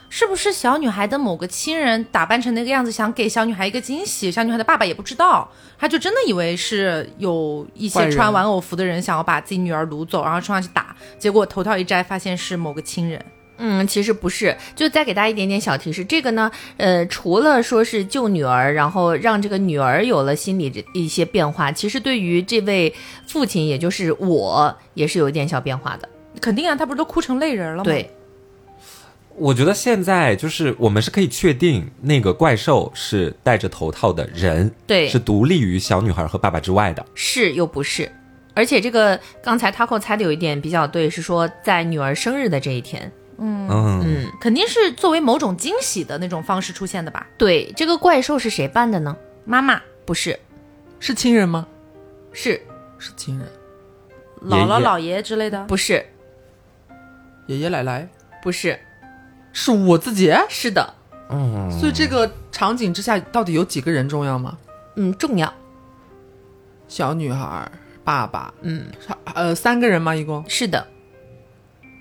Speaker 1: 是不是小女孩的某个亲人打扮成那个样子，想给小女孩一个惊喜？小女孩的爸爸也不知道，他就真的以为是有一
Speaker 3: 坏
Speaker 1: 些
Speaker 3: 人
Speaker 1: 穿玩偶服的人想要把自己女儿掳走，然后冲上去打，结果头套一摘，发现是某个亲人。
Speaker 4: 嗯，其实不是，就再给大家一点点小提示。这个呢，呃，除了说是救女儿，然后让这个女儿有了心理这一些变化，其实对于这位父亲，也就是我，也是有一点小变化的。
Speaker 1: 肯定啊，他不是都哭成泪人了吗？，
Speaker 4: 对，
Speaker 2: 我觉得现在就是我们是可以确定那个怪兽是戴着头套的人，
Speaker 4: 对
Speaker 2: 是独立于小女孩和爸爸之外的。
Speaker 4: 是又不是，而且这个刚才 Taco 猜的有一点比较对，是说在女儿生日的这一天，
Speaker 2: 嗯，
Speaker 4: 嗯，
Speaker 1: 肯定是作为某种惊喜的那种方式出现的吧？
Speaker 4: 对，这个怪兽是谁扮的呢？
Speaker 1: 妈妈，
Speaker 4: 不是，
Speaker 3: 是亲人吗？
Speaker 4: 是
Speaker 3: 是亲人，
Speaker 1: 姥姥、
Speaker 2: 爷爷
Speaker 1: 姥爷之类的，
Speaker 4: 不是？
Speaker 3: 爷爷奶奶，
Speaker 4: 不是，
Speaker 3: 是我自己。
Speaker 4: 是的，
Speaker 3: 所以这个场景之下，到底有几个人重要吗？
Speaker 4: 嗯，重要，
Speaker 3: 小女孩，爸爸，
Speaker 4: 嗯，
Speaker 3: 呃，三个人吗？一共？
Speaker 4: 是的，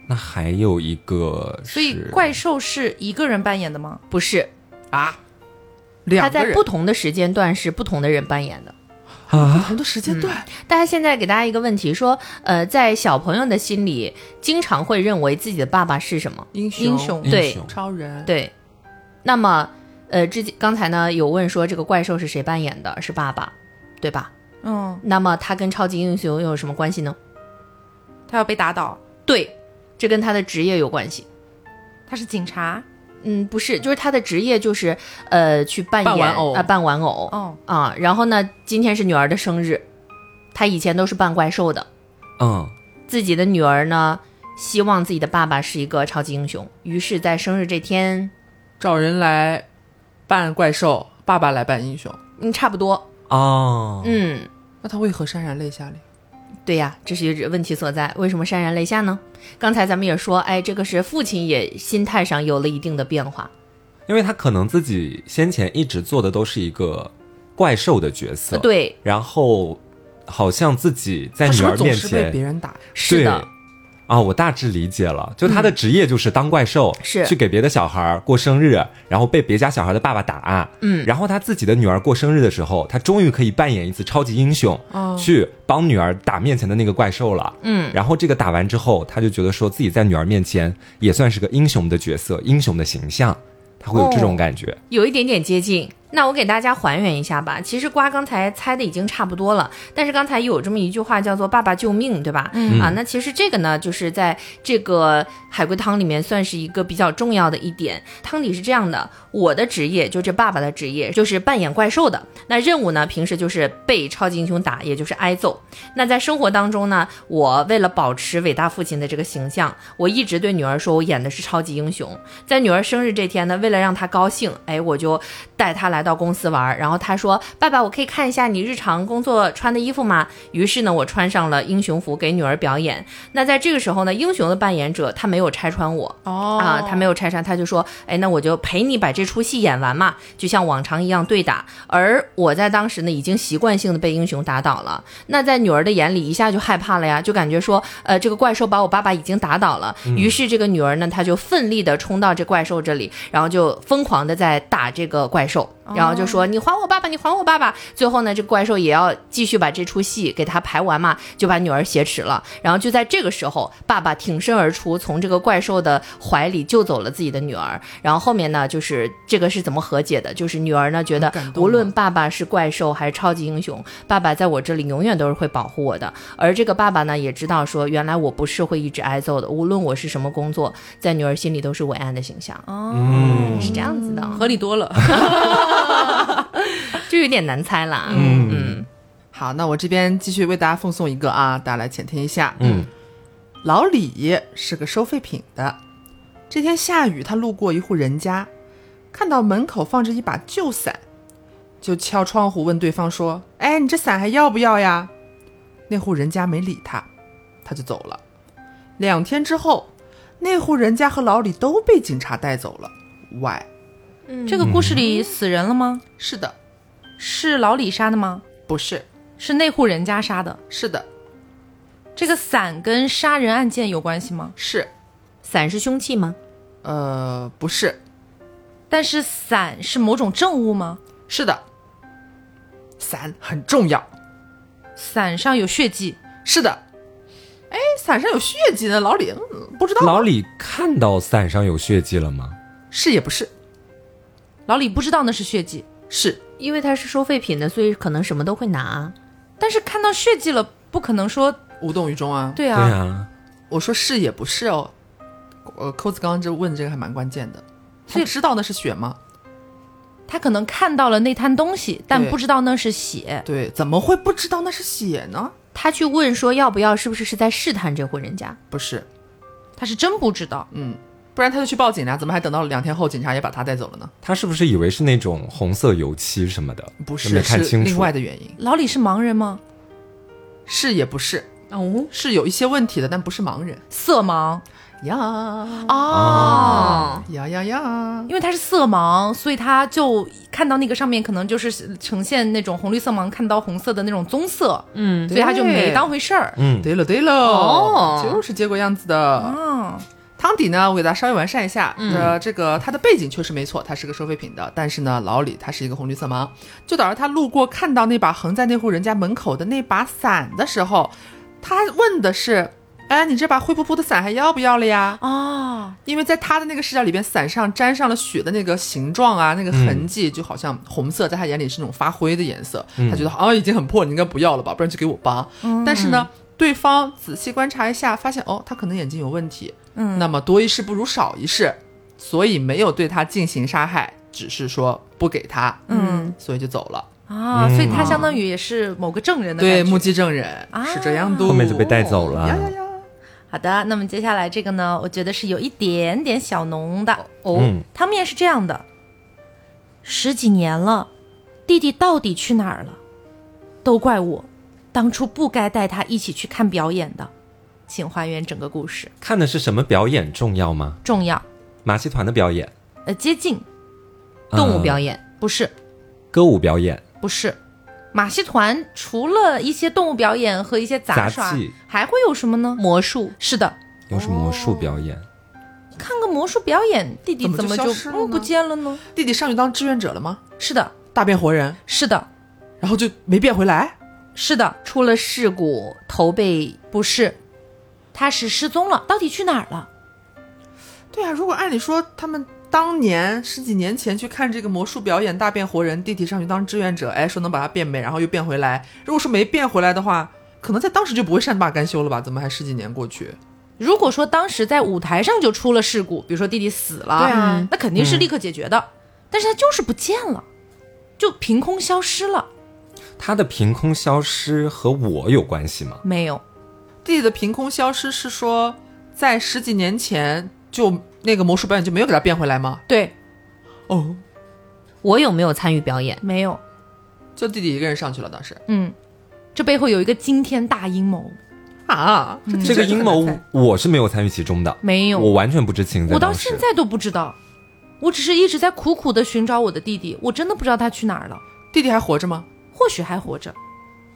Speaker 2: 那还有一个是，
Speaker 1: 所以怪兽是一个人扮演的吗？
Speaker 4: 不是，
Speaker 3: 啊，
Speaker 4: 他
Speaker 3: 两个
Speaker 4: 在
Speaker 3: 人
Speaker 4: 不同的时间段是不同的人扮演的。
Speaker 3: 不
Speaker 2: 啊，
Speaker 3: 同的时间段，
Speaker 4: 大家现在给大家一个问题，说，呃，在小朋友的心里，经常会认为自己的爸爸是什么？
Speaker 3: 英雄、
Speaker 1: 英雄，
Speaker 4: 对
Speaker 2: 英雄
Speaker 3: 超人，
Speaker 4: 对，那么，呃，之前刚才呢有问说这个怪兽是谁扮演的？是爸爸，对吧？
Speaker 1: 嗯，
Speaker 4: 那么他跟超级英雄又有什么关系呢？
Speaker 1: 他要被打倒，
Speaker 4: 对，这跟他的职业有关系。
Speaker 1: 他是警察，
Speaker 4: 嗯，不是，就是他的职业就是呃去扮演
Speaker 3: 扮玩偶
Speaker 4: 啊、扮玩偶
Speaker 1: 哦，
Speaker 4: 啊。然后呢，今天是女儿的生日，他以前都是扮怪兽的。
Speaker 2: 嗯，
Speaker 4: 自己的女儿呢，希望自己的爸爸是一个超级英雄，于是，在生日这天，
Speaker 3: 找人来扮怪兽，爸爸来扮英雄，
Speaker 4: 嗯，差不多，
Speaker 2: 哦，
Speaker 4: 嗯，
Speaker 3: 那他为何潸然泪下呢？
Speaker 4: 对呀，这是问题所在。为什么潸然泪下呢？刚才咱们也说，哎，这个是父亲也心态上有了一定的变化，
Speaker 2: 因为他可能自己先前一直做的都是一个怪兽的角色，
Speaker 4: 呃，对，
Speaker 2: 然后好像自己在
Speaker 3: 他
Speaker 2: 女
Speaker 3: 是不
Speaker 2: 儿
Speaker 3: 是总
Speaker 2: 面
Speaker 3: 是被别
Speaker 2: 前，
Speaker 3: 人打呀？
Speaker 4: 是的嗯
Speaker 2: 对，啊，我大致理解了，就他的职业就是当怪兽，
Speaker 4: 是
Speaker 2: 去给别的小孩儿过生日，然后被别家小孩的爸爸打，啊
Speaker 4: 嗯
Speaker 2: 然后他自己的女儿过生日的时候，他终于可以扮演一次超级英雄，
Speaker 3: 哦
Speaker 2: 去帮女儿打面前的那个怪兽了。
Speaker 4: 嗯，
Speaker 2: 然后这个打完之后，他就觉得说自己在女儿面前也算是个英雄的角色，英雄的形象，他会有这
Speaker 4: 哦
Speaker 2: 种感觉。
Speaker 4: 有一点点接近。那我给大家还原一下吧。其实瓜刚才猜的已经差不多了，但是刚才有这么一句话叫做“爸爸救命”，对吧？嗯啊，那其实这个呢，就是在这个海龟汤里面算是一个比较重要的一点。汤底是这样的：我的职业就这爸爸的职业就是扮演怪兽的，那任务呢，平时就是被超级英雄打，也就是挨揍。那在生活当中呢，我为了保持伟大父亲的这个形象，我一直对女儿说我演的是超级英雄。在女儿生日这天呢，为了让她高兴，哎，我就带她来到公司玩儿。然后她说：“爸爸，我可以看一下你日常工作穿的衣服吗？”于是呢，我穿上了英雄服给女儿表演。那在这个时候呢，英雄的扮演者他没有拆穿我，
Speaker 1: 哦
Speaker 4: 啊，他没有拆穿，他就说，哎，那我就陪你把这出戏演完嘛，就像往常一样对打。而我在当时呢，已经习惯性的被英雄打倒了，那在女儿的眼里一下就害怕了呀，就感觉说，呃，这个怪兽把我爸爸已经打倒了。于是这个女儿呢，她就奋力的冲到这怪兽这里，然后就疯狂的在打这个怪兽，然后就说、你还我爸爸，你还我爸爸。最后呢，这个怪兽也要继续把这出戏给他排完嘛，就把女儿挟持了。然后就在这个时候，爸爸挺身而出，从这个怪兽的怀里救走了自己的女儿。然后后面呢，就是这个是怎么和解的？就是女儿呢觉得
Speaker 3: 很感，动
Speaker 4: 无
Speaker 3: 啊
Speaker 4: 论爸爸是怪兽还是超级英雄，爸爸在我这里永远都是会保护我的。而这个爸爸呢，也知道说，原来我不是会一直挨揍的，无论我是什么工作，在女儿心里都是伟岸的形象。
Speaker 1: 哦，
Speaker 2: 嗯
Speaker 4: 是这样子的，
Speaker 5: 合理多了。
Speaker 4: 就有点难猜啦。
Speaker 2: 嗯
Speaker 4: 嗯，
Speaker 3: 好，那我这边继续为大家奉送一个啊，大家来浅听一下。
Speaker 2: 嗯，
Speaker 3: 老李是个收废品的。这天下雨，他路过一户人家，看到门口放着一把旧伞，就敲窗户问对方说：“哎，你这伞还要不要呀？”那户人家没理他，他就走了。两天之后，那户人家和老李都被警察带走了。喂，
Speaker 1: 这个故事里死人了吗？
Speaker 3: 是的，
Speaker 1: 是老李杀的吗？
Speaker 3: 不是，
Speaker 1: 是那户人家杀的？
Speaker 3: 是的，
Speaker 1: 这个伞跟杀人案件有关系吗？
Speaker 3: 是，
Speaker 4: 伞是凶器吗？
Speaker 3: 呃，不是，
Speaker 1: 但是伞是某种证物吗？
Speaker 3: 是的，伞很重要。
Speaker 1: 伞上有血迹，
Speaker 3: 是的，哎，伞上有血迹呢，老李嗯不知道
Speaker 2: 老李看到伞上有血迹了吗？
Speaker 3: 是也不是，
Speaker 1: 老李不知道那是血迹，
Speaker 3: 是
Speaker 4: 因为它是收废品的，所以可能什么都会拿。
Speaker 1: 但是看到血迹了，不可能说
Speaker 3: 无动于衷啊。
Speaker 1: 对
Speaker 2: 对
Speaker 1: 啊，
Speaker 2: 啊，
Speaker 3: 我说是也不是哦。呃，扣子刚刚这问这个还蛮关键的，
Speaker 1: 所
Speaker 3: 他
Speaker 1: 以
Speaker 3: 知道那是血吗？
Speaker 1: 他可能看到了那滩东西，但
Speaker 3: 对
Speaker 1: 不知道那是血。
Speaker 3: 对，怎么会不知道那是血呢？
Speaker 4: 他去问说要不要，是不是是在试探这户人家？
Speaker 3: 不是，
Speaker 1: 他是真不知道，
Speaker 3: 嗯，不然他就去报警了，怎么还等到了两天后警察也把他带走了呢？
Speaker 2: 他是不是以为是那种红色油漆什么的？
Speaker 3: 不
Speaker 2: 没
Speaker 3: 是，
Speaker 2: 看
Speaker 3: 是
Speaker 2: 清
Speaker 3: 另
Speaker 2: 楚
Speaker 3: 外的原因，
Speaker 1: 老李是盲人吗？
Speaker 3: 是也不是，
Speaker 4: 哦，
Speaker 3: 是有一些问题的，但不是盲人
Speaker 1: 色盲
Speaker 3: 呀
Speaker 1: 哦，
Speaker 3: 哎呀呀呀！
Speaker 1: 因为他是色盲，所以他就看到那个上面可能就是呈现那种红绿色盲，看到红色的那种棕色，
Speaker 4: 嗯，
Speaker 1: 所以他就没当回事儿。
Speaker 2: 嗯，
Speaker 3: 对了对了，
Speaker 4: 哦
Speaker 3: 就是这个样子的。
Speaker 1: 嗯，
Speaker 3: 汤底呢，我给大家稍微完善一下。呃，这个它的背景确实没错，它是个收废品的。但是呢，老李他是一个红绿色盲，就导致他路过看到那把横在那户人家门口的那把伞的时候，他问的是：“哎，你这把灰扑扑的伞还要不要了呀？”
Speaker 1: 哦，
Speaker 3: 因为在他的那个视角里边，伞上沾上了血的那个形状啊，那个痕迹，就好像红色在他眼里是那种发灰的颜色，
Speaker 1: 嗯
Speaker 3: 他觉得啊已经很破，你应该不要了吧，不然就给我吧。但是
Speaker 1: 嗯
Speaker 3: 呢，对方仔细观察一下，发现哦，他可能眼睛有问题，
Speaker 1: 嗯
Speaker 3: 那么多一事不如少一事，所以没有对他进行杀害，只是说不给他，
Speaker 1: 嗯
Speaker 3: 所以就走了。
Speaker 1: 啊，
Speaker 2: 嗯
Speaker 1: 所以他相当于也是某个证人的
Speaker 3: 对，
Speaker 1: 感觉啊
Speaker 3: 目击证人、是这样的，哦
Speaker 2: 后面就被带走了。
Speaker 3: 呀呀呀！
Speaker 1: 好的，那么接下来这个呢，我觉得是有一点点小浓的。
Speaker 4: 哦，
Speaker 2: 嗯，
Speaker 1: 汤面是这样的：十几年了，弟弟到底去哪儿了？都怪我，当初不该带他一起去看表演的。请还原整个故事，
Speaker 2: 看的是什么表演重要吗？
Speaker 1: 重要。
Speaker 2: 马戏团的表演，
Speaker 1: 呃，接近
Speaker 4: 动物表
Speaker 2: 演、
Speaker 4: 演，
Speaker 1: 不是
Speaker 2: 歌舞表演，
Speaker 1: 不是，马戏团除了一些动物表演和一些杂耍，
Speaker 2: 杂技
Speaker 1: 还会有什么呢？
Speaker 4: 魔术，
Speaker 1: 是的，
Speaker 2: 又是魔术表演。
Speaker 1: 看个魔术表演，弟弟
Speaker 3: 怎
Speaker 1: 么
Speaker 3: 么就
Speaker 1: 就
Speaker 3: 消失了
Speaker 1: 嗯
Speaker 3: 呢
Speaker 1: 不见了呢？
Speaker 3: 弟弟上去当志愿者了吗？
Speaker 1: 是的，
Speaker 3: 大变活人，
Speaker 1: 是的，
Speaker 3: 然后就没变回来。
Speaker 1: 是的，
Speaker 4: 出了事故，头被
Speaker 1: 不是，他是失踪了，到底去哪儿了？
Speaker 3: 对啊，如果按理说他们当年十几年前去看这个魔术表演大变活人，弟弟上去当志愿者，哎，说能把他变美，然后又变回来。如果说没变回来的话，可能在当时就不会善罢甘休了吧？怎么还十几年过去？
Speaker 1: 如果说当时在舞台上就出了事故，比如说弟弟死了，
Speaker 3: 对啊
Speaker 1: 那肯定是立刻解决的，但是他就是不见了，就凭空消失了，
Speaker 2: 他的凭空消失和我有关系吗？
Speaker 1: 没有，
Speaker 3: 弟弟的凭空消失是说在十几年前就那个魔术表演就没有给他变回来吗？
Speaker 1: 对，
Speaker 3: 哦，
Speaker 4: 我有没有参与表演？
Speaker 1: 没有，
Speaker 3: 就弟弟一个人上去了，当时
Speaker 1: 嗯，这背后有一个惊天大阴谋，
Speaker 3: 啊，
Speaker 2: 这个阴谋
Speaker 3: 这很难猜
Speaker 2: 我是没有参与其中的，
Speaker 1: 没有，
Speaker 2: 我完全不知情。
Speaker 1: 我到
Speaker 2: 当时
Speaker 1: 现在都不知道，我只是一直在苦苦的寻找我的弟弟，我真的不知道他去哪儿了，
Speaker 3: 弟弟还活着吗？
Speaker 1: 或许还活着，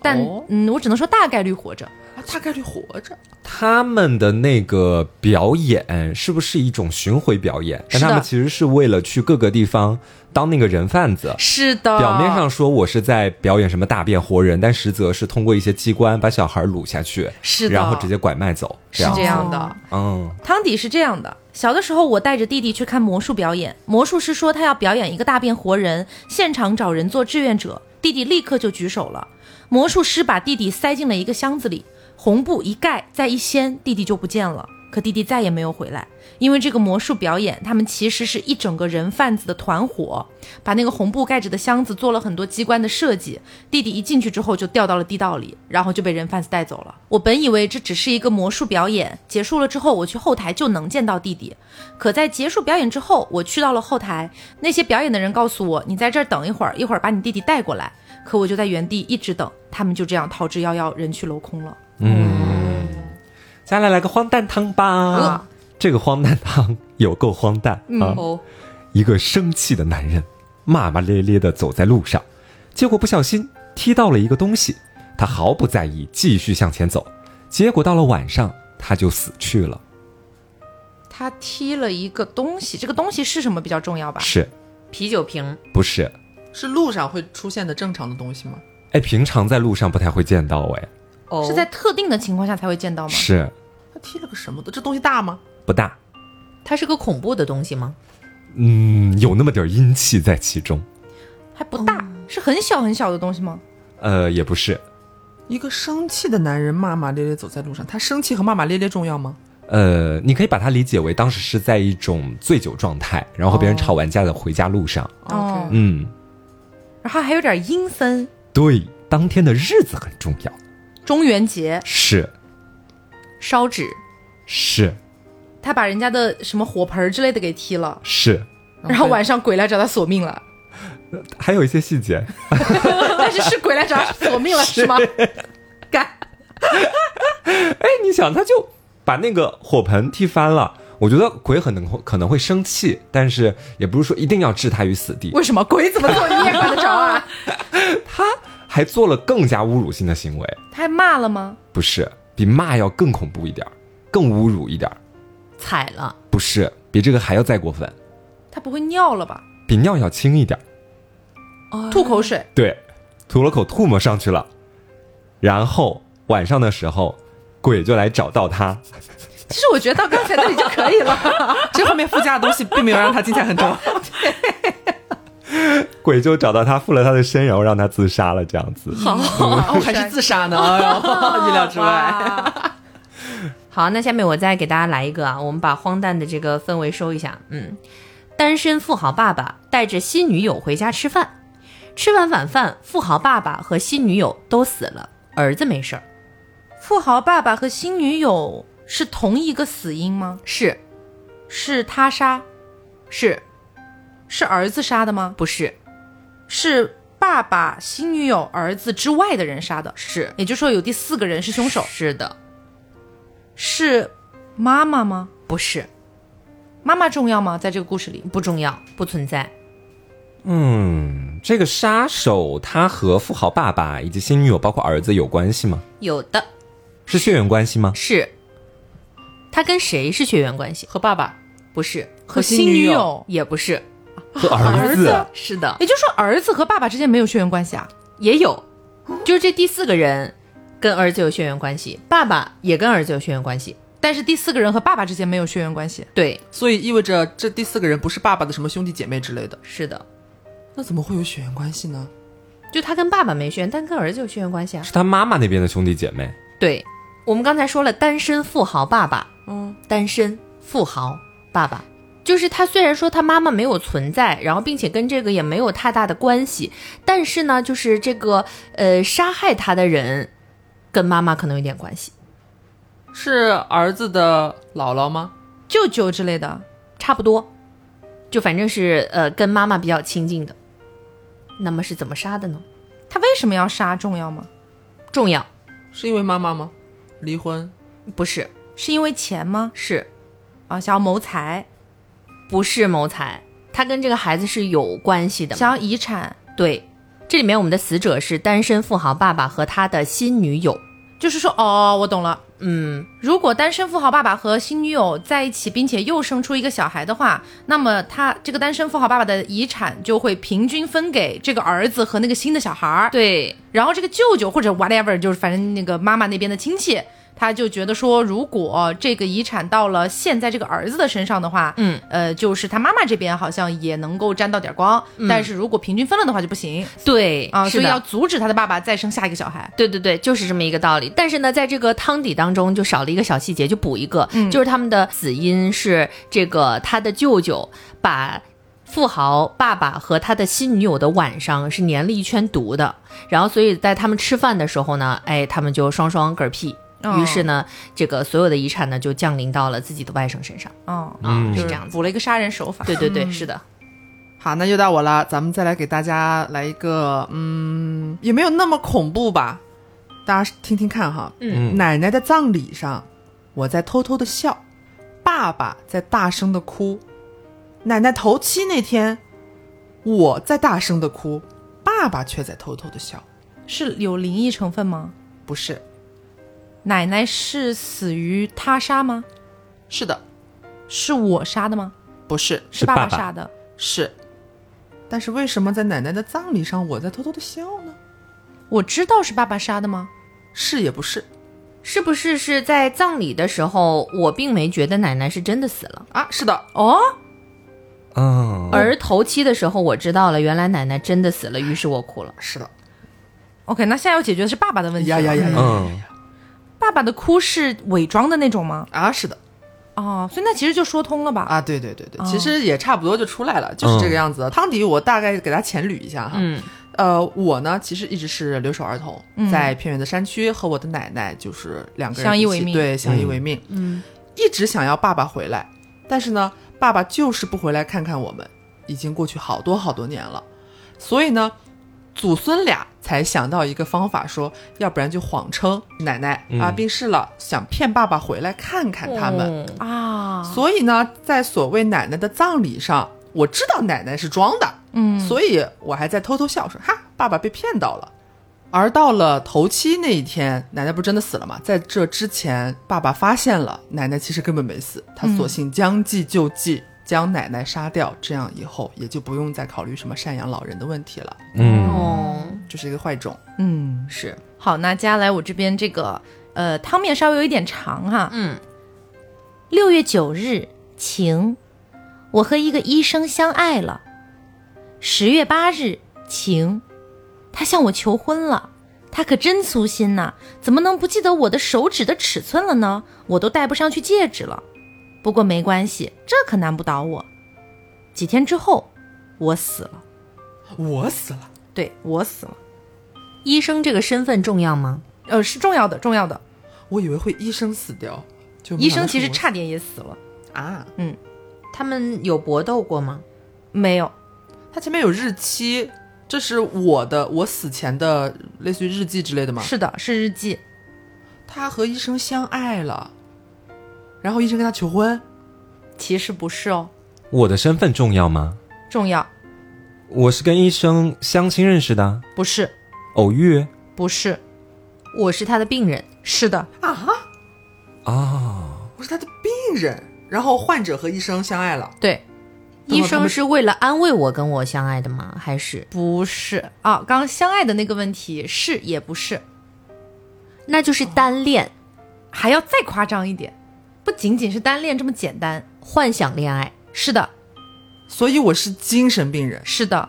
Speaker 1: 但、
Speaker 3: 哦
Speaker 1: 嗯，我只能说大概率活着，
Speaker 3: 啊，大概率活着。
Speaker 2: 他们的那个表演是不是一种巡回表演？
Speaker 1: 是的
Speaker 2: 但他们其实是为了去各个地方当那个人贩子。
Speaker 1: 是的，
Speaker 2: 表面上说我是在表演什么大变活人，但实则是通过一些机关把小孩掳下去，
Speaker 1: 是的，
Speaker 2: 然后直接拐卖走。
Speaker 1: 是
Speaker 2: 样
Speaker 1: 这样的。
Speaker 3: 哦
Speaker 2: 嗯，
Speaker 1: 汤底是这样的：小的时候，我带着弟弟去看魔术表演，魔术师说他要表演一个大变活人，现场找人做志愿者。弟弟立刻就举手了，魔术师把弟弟塞进了一个箱子里，红布一盖，再一掀，弟弟就不见了。可弟弟再也没有回来，因为这个魔术表演，他们其实是一整个人贩子的团伙，把那个红布盖着的箱子做了很多机关的设计。弟弟一进去之后就掉到了地道里，然后就被人贩子带走了。我本以为这只是一个魔术表演，结束了之后我去后台就能见到弟弟。可在结束表演之后，我去到了后台，那些表演的人告诉我，你在这儿等一会儿，一会儿把你弟弟带过来。可我就在原地一直等，他们就这样逃之夭夭，人去楼空了。
Speaker 2: 接下来来个荒诞汤吧。
Speaker 1: 哦
Speaker 2: 这个荒诞汤有够荒诞
Speaker 1: 嗯
Speaker 2: 啊！
Speaker 4: 哦，
Speaker 2: 一个生气的男人，骂骂咧咧地走在路上，结果不小心踢到了一个东西，他毫不在意，继续向前走，结果到了晚上他就死去了。
Speaker 1: 他踢了一个东西，这个东西是什么比较重要吧？
Speaker 2: 是
Speaker 4: 啤酒瓶，
Speaker 2: 不是？
Speaker 3: 是路上会出现的正常的东西吗？
Speaker 2: 哎，平常在路上不太会见到，哎，
Speaker 4: 哦，
Speaker 1: 是在特定的情况下才会见到吗？
Speaker 2: 是
Speaker 3: 他踢了个什么的？这东西大吗？
Speaker 2: 不大，
Speaker 4: 它是个恐怖的东西吗？
Speaker 2: 嗯，有那么点儿阴气在其中。
Speaker 1: 还不大，是很小很小的东西吗？
Speaker 2: 呃，也不是，
Speaker 3: 一个生气的男人骂骂咧咧走在路上，他生气和骂骂咧咧重要吗？
Speaker 2: 呃，你可以把它理解为当时是在一种醉酒状态，然后和别人吵完架的回家路上。
Speaker 1: 哦
Speaker 3: OK
Speaker 2: 嗯，
Speaker 1: 然后还有点阴森，
Speaker 2: 对，当天的日子很重要，
Speaker 1: 中元节
Speaker 2: 是
Speaker 4: 烧纸，
Speaker 2: 是
Speaker 1: 他把人家的什么火盆儿之类的给踢了，
Speaker 2: 是，
Speaker 1: 然后晚上鬼来找他索命 <laughs> 了，
Speaker 2: 还有一些细节，
Speaker 1: 但是是鬼来找他索命了是吗？干，
Speaker 2: 哎，你想，他就把那个火盆踢翻了。我觉得鬼很能可能会生气，但是也不是说一定要置他于死地。
Speaker 1: 为什么鬼 <laughs> 怎么做你也管得着啊？
Speaker 2: 他还做了更加侮辱性的行为，
Speaker 1: <laughs> 他还骂了吗？
Speaker 2: 不是比骂要更恐怖一点儿，更侮辱一点儿，
Speaker 4: 踩了，
Speaker 2: 不是比这个还要再过分，
Speaker 1: 他不会尿了吧？
Speaker 2: 比尿要轻一点儿。
Speaker 1: <laughs> 吐口水，
Speaker 2: 对，吐了口唾沫上去了，然后晚上的时候，鬼就来找到他。
Speaker 1: 其实我觉得到刚才那里就可以了。
Speaker 3: 这后面附加的东西并没有让他精彩很
Speaker 1: 哦
Speaker 3: 多。
Speaker 2: 鬼就找到他，附了他的身，然后让他自杀了，这样子。
Speaker 3: 哦，还是自杀
Speaker 1: <laughs>
Speaker 3: 呢？哎呦，意料之
Speaker 1: <laughs>
Speaker 3: 外。
Speaker 1: 哇，
Speaker 4: 好，那下面我再给大家来一个啊，我们把荒诞的这个氛围收一下。嗯，单身富豪爸爸带着新女友回家吃饭，吃完晚饭，富豪爸爸和新女友都死了，儿子没事儿。
Speaker 1: <laughs> 富豪爸爸和新女友是同一个死因吗？
Speaker 4: 是
Speaker 1: 是他杀？
Speaker 4: 是
Speaker 1: 是儿子杀的吗？
Speaker 4: 不是
Speaker 1: 是爸爸、新女友、儿子之外的人杀的，
Speaker 4: 是
Speaker 1: 也就是说有第四个人是凶手，
Speaker 4: 是的，
Speaker 1: 是妈妈吗？
Speaker 4: 不是
Speaker 1: 妈妈重要吗？在这个故事里，
Speaker 4: 不重要，不存在。
Speaker 2: 嗯，这个杀手他和富豪爸爸以及新女友，包括儿子有关系
Speaker 1: 嗯
Speaker 2: 吗？
Speaker 4: 有的
Speaker 2: 是血缘关系吗？
Speaker 4: 是，他跟谁是血缘关系？
Speaker 3: 和爸爸
Speaker 4: 不是，
Speaker 1: 和
Speaker 3: 新
Speaker 1: 新
Speaker 3: 女
Speaker 1: 女
Speaker 3: 友
Speaker 1: 友，
Speaker 4: 也不是，
Speaker 2: 和
Speaker 1: 啊儿子
Speaker 4: 是的，
Speaker 1: 也就是说儿子和爸爸之间没有血缘关系啊？
Speaker 4: 也有，就是这第四个人跟儿子有血缘关系，爸爸也跟儿子有血缘关系。
Speaker 1: 但是第四个人和爸爸之间没有血缘关系，
Speaker 4: 对，
Speaker 3: 所以意味着这第四个人不是爸爸的什么兄弟姐妹之类的，
Speaker 4: 是的，
Speaker 3: 那怎么会有血缘关系呢？
Speaker 4: 就他跟爸爸没血缘，但跟儿子有血缘关系啊。
Speaker 2: 是他妈妈那边的兄弟姐妹。
Speaker 4: 对，我们刚才说了，单身富豪爸爸，
Speaker 3: 嗯，
Speaker 4: 单身富豪爸爸，就是他虽然说他妈妈没有存在，然后并且跟这个也没有太大的关系，但是呢，就是这个呃杀害他的人跟妈妈可能有点关系，
Speaker 3: 是儿子的姥姥吗？
Speaker 1: 舅舅之类的。
Speaker 4: 差不多，就反正是呃跟妈妈比较亲近的。那么是怎么杀的呢？
Speaker 1: 他为什么要杀重要吗？
Speaker 4: 重要
Speaker 3: 是因为妈妈吗？离婚？
Speaker 4: 不是
Speaker 1: 是因为钱吗？
Speaker 4: 是
Speaker 1: 啊，想要谋财，
Speaker 4: 不是谋财，他跟这个孩子是有关系的嘛。
Speaker 1: 想要遗产，
Speaker 4: 对，这里面我们的死者是单身富豪爸爸和他的新女友。
Speaker 1: 就是说，哦，我懂了。
Speaker 4: 嗯，
Speaker 1: 如果单身富豪爸爸和新女友在一起，并且又生出一个小孩的话，那么他这个单身富豪爸爸的遗产就会平均分给这个儿子和那个新的小孩儿。
Speaker 4: 对，
Speaker 1: 然后这个舅舅或者 whatever，就是反正那个妈妈那边的亲戚，他就觉得说，如果这个遗产到了现在这个儿子的身上的话，
Speaker 4: 嗯，
Speaker 1: 呃，就是他妈妈这边好像也能够沾到点光，但是如果平均分了的话就不行
Speaker 4: 对，
Speaker 1: 啊，
Speaker 4: 是
Speaker 1: 所以要
Speaker 4: 的。
Speaker 1: 阻止他的爸爸再生下一个小孩。
Speaker 4: 对对对，就是这么一个道理。但是呢，在这个汤底当中就少了一个小细节，就补一个，就是他们的死因是这个他的舅舅把富豪爸爸和他的新女友的晚上是粘了一圈毒的，然后所以在他们吃饭的时候呢，哎，他们就双双嗝屁，
Speaker 1: 哦
Speaker 4: 于是呢，这个所有的遗产呢就降临到了自己的外甥身上
Speaker 1: 哦，
Speaker 4: 啊，
Speaker 1: 就是是
Speaker 4: 这样子。
Speaker 1: 补了一个杀人手法。
Speaker 4: 对对对，是的，
Speaker 3: 好，那又到我了，咱们再来给大家来一个，嗯，也没有那么恐怖吧，大家听听看哈。
Speaker 2: 嗯
Speaker 3: 奶奶的葬礼上，我在偷偷的笑，爸爸在大声的哭，奶奶头七那天，我在大声的哭，爸爸却在偷偷的笑，
Speaker 1: 是有灵异成分吗？
Speaker 3: 不是，
Speaker 1: 奶奶是死于他杀吗？
Speaker 3: 是的，
Speaker 1: 是我杀的吗？
Speaker 3: 不是，
Speaker 1: 是
Speaker 2: 爸
Speaker 1: 爸
Speaker 2: 爸
Speaker 1: 杀的。
Speaker 3: 是，但是为什么在奶奶的葬礼上，我在偷偷的笑呢？
Speaker 1: 我知道是爸爸杀的吗？
Speaker 3: 是也不是
Speaker 4: 是不是是在葬礼的时候，我并没觉得奶奶是真的死了，
Speaker 3: 啊？是的，
Speaker 1: 哦，
Speaker 2: 嗯，
Speaker 4: 而头七的时候我知道了，原来奶奶真的死了，于是我哭了。
Speaker 3: 是的，
Speaker 1: OK，那现在要解决的是爸爸的问题了。
Speaker 3: 呀呀呀呀呀
Speaker 2: 嗯
Speaker 3: 呀
Speaker 1: 爸爸的哭是伪装的那种吗？
Speaker 3: 啊！是的。
Speaker 1: 哦，所以那其实就说通了吧？哦
Speaker 3: 啊，对对对对，其实也差不多就出来了，就是这个样子的。汤底我大概给大家浅捋一下哈，
Speaker 4: 嗯，
Speaker 3: 呃，我呢其实一直是留守儿童，
Speaker 1: 嗯
Speaker 3: 在偏远的山区和我的奶奶就是两个人
Speaker 1: 相依
Speaker 3: 一起
Speaker 1: 为命
Speaker 3: 对，相依为命，
Speaker 4: 嗯，
Speaker 3: 一直想要爸爸回来，但是呢，爸爸就是不回来看看我们，已经过去好多好多年了，所以呢，祖孙俩才想到一个方法说，要不然就谎称奶奶、啊
Speaker 2: 嗯
Speaker 3: 病逝了，想骗爸爸回来看看他们。
Speaker 4: 嗯
Speaker 1: 啊，
Speaker 3: 所以呢，在所谓奶奶的葬礼上，我知道奶奶是装的，
Speaker 1: 嗯，
Speaker 3: 所以我还在偷偷笑说：“哈，爸爸被骗到了。”而到了头七那一天，奶奶不是真的死了吗？在这之前，爸爸发现了奶奶其实根本没死，他索性将计就计，将奶奶杀掉，这样以后也就不用再考虑什么赡养老人的问题了。
Speaker 2: 嗯
Speaker 4: 哦，
Speaker 3: 这是一个坏种，
Speaker 1: 嗯，
Speaker 3: 是
Speaker 1: 好，那接下来我这边这个呃汤面稍微有一点长哈。
Speaker 4: 嗯，
Speaker 1: 六月九日晴，我和一个医生相爱了。十月八日晴，他向我求婚了。他可真粗心呐、怎么能不记得我的手指的尺寸了呢？我都戴不上去戒指了。不过没关系，这可难不倒我。几天之后，我死了，
Speaker 3: 我死了，
Speaker 1: 对我死了。
Speaker 4: 医生这个身份重要吗？
Speaker 1: 呃，是重要的，重要的。
Speaker 3: 我以为会医生死掉，就没
Speaker 1: 医生
Speaker 3: 想到
Speaker 1: 其
Speaker 3: 是
Speaker 1: 实
Speaker 3: 我
Speaker 1: 差点也死了，
Speaker 3: 啊，
Speaker 4: 他们有搏斗过吗？
Speaker 1: 没有，
Speaker 3: 它前面有日期，这是我的我死前的类似于日记之类的吗？
Speaker 1: 是的，是日记。
Speaker 3: 他和医生相爱了，然后医生跟他求婚，
Speaker 1: 其实不是哦，
Speaker 2: 我的身份重要吗？
Speaker 1: 重要
Speaker 2: 我是跟医生相亲认识的，
Speaker 1: 不是
Speaker 2: 偶遇
Speaker 1: 不是
Speaker 4: 我是他的病人，
Speaker 1: 是的，
Speaker 2: 啊，
Speaker 3: 我是他的病人，然后患者和医生相爱了，
Speaker 1: 对，
Speaker 4: 医
Speaker 3: 他
Speaker 4: 生
Speaker 3: 们
Speaker 4: 是为了安慰我跟我相爱的吗？还是
Speaker 1: 不是啊。刚刚相爱的那个问题是也不是，
Speaker 4: 那就是单恋、
Speaker 1: 还要再夸张一点，不仅仅是单恋这么简单。
Speaker 4: 幻想恋爱？
Speaker 1: 是的，
Speaker 3: 所以我是精神病人，
Speaker 1: 是的，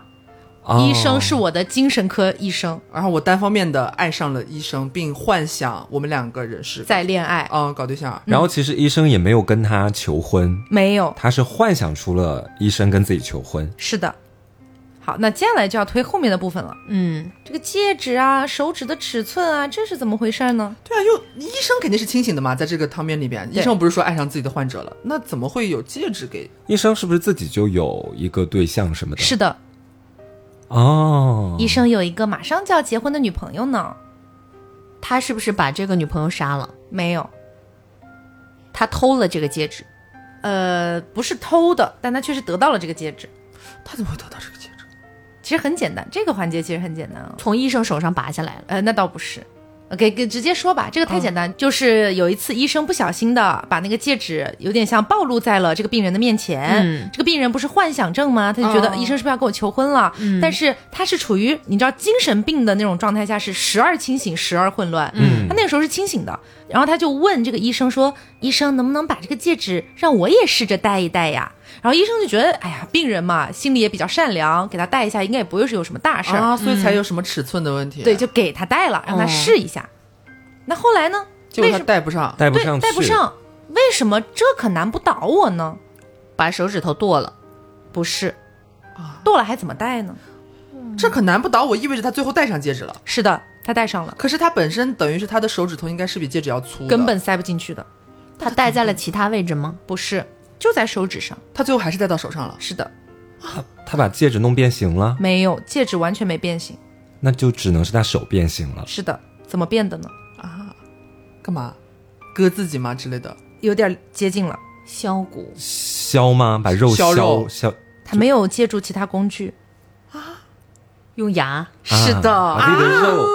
Speaker 2: 哦
Speaker 1: 医生是我的精神科医生，
Speaker 3: 然后我单方面的爱上了医生，并幻想我们两个人是
Speaker 1: 在恋爱
Speaker 3: 嗯搞对象，
Speaker 2: 然后其实医生也没有跟他求婚，
Speaker 1: 没有？
Speaker 2: 他是幻想出了医生跟自己求婚。
Speaker 1: 是的。好，那接下来就要推后面的部分了。
Speaker 4: 嗯，
Speaker 1: 这个戒指啊，手指的尺寸啊，这是怎么回事呢？
Speaker 3: 对啊，又医生肯定是清醒的嘛，在这个汤面里边，
Speaker 1: 对
Speaker 3: 医生不是说爱上自己的患者了，那怎么会有戒指给？
Speaker 2: 医生是不是自己就有一个对象什么的？
Speaker 1: 是的，
Speaker 2: 哦，
Speaker 1: 医生有一个马上就要结婚的女朋友呢。
Speaker 4: 他是不是把这个女朋友杀了？
Speaker 1: 没有，
Speaker 4: 他偷了这个戒指，
Speaker 1: 呃，不是偷的，但他确实得到了这个戒指。
Speaker 3: 他怎么会得到这个戒指？
Speaker 1: 其实很简单，这个环节其实很简单啊、
Speaker 4: 从医生手上拔下来了。
Speaker 1: 呃，那倒不是，呃给给直接说吧，这个太简单。就是有一次医生不小心的把那个戒指有点像暴露在了这个病人的面前。
Speaker 4: 嗯
Speaker 1: 这个病人不是幻想症吗？他就觉得
Speaker 3: 哦
Speaker 1: 医生是不是要跟我求婚了？但是他是处于你知道精神病的那种状态下，是时而清醒，时而混乱。
Speaker 2: 嗯
Speaker 1: 他那个时候是清醒的，然后他就问这个医生说：“医生能不能把这个戒指让我也试着戴一戴呀？”然后医生就觉得，哎呀，病人嘛，心里也比较善良，给他戴一下应该也不会是有什么大事儿。嗯
Speaker 3: 啊，所以才有哦什么尺寸的问题？啊
Speaker 1: 对，就给他戴了，让他试一下。那后来呢？
Speaker 3: 结
Speaker 1: 为
Speaker 3: 果
Speaker 1: 什么
Speaker 3: 他戴不上，
Speaker 2: 戴不
Speaker 1: 对
Speaker 2: 上去，
Speaker 1: 戴不上？为什么这可难不倒我呢？
Speaker 4: 把手指头剁了，
Speaker 1: 不是，
Speaker 3: 啊
Speaker 1: 剁了还怎么戴呢？
Speaker 3: 这可难不倒我，意味着他最后戴上戒指了。
Speaker 1: 是的，他戴上了，
Speaker 3: 可是它本身等于是他的手指头应该是比戒指要粗的，
Speaker 1: 根本塞不进去的，
Speaker 4: 他戴在了其他位置吗？
Speaker 1: 不是，就在手指上。
Speaker 3: 他最后还是戴到手上了。
Speaker 1: 是的，
Speaker 2: 他把戒指弄变形了，
Speaker 1: 没有戒指完全没变形。
Speaker 2: 那就只能是他手变形了。
Speaker 1: 是的，怎么变的呢？
Speaker 3: 干嘛？割自己吗之类的？
Speaker 1: 有点接近了，
Speaker 4: 削骨，
Speaker 2: 削吗？把肉
Speaker 3: 削
Speaker 2: 削
Speaker 3: 肉
Speaker 2: 削
Speaker 1: 他没有借助其他工具。
Speaker 4: 用牙
Speaker 1: 是的
Speaker 2: 啊把自己的肉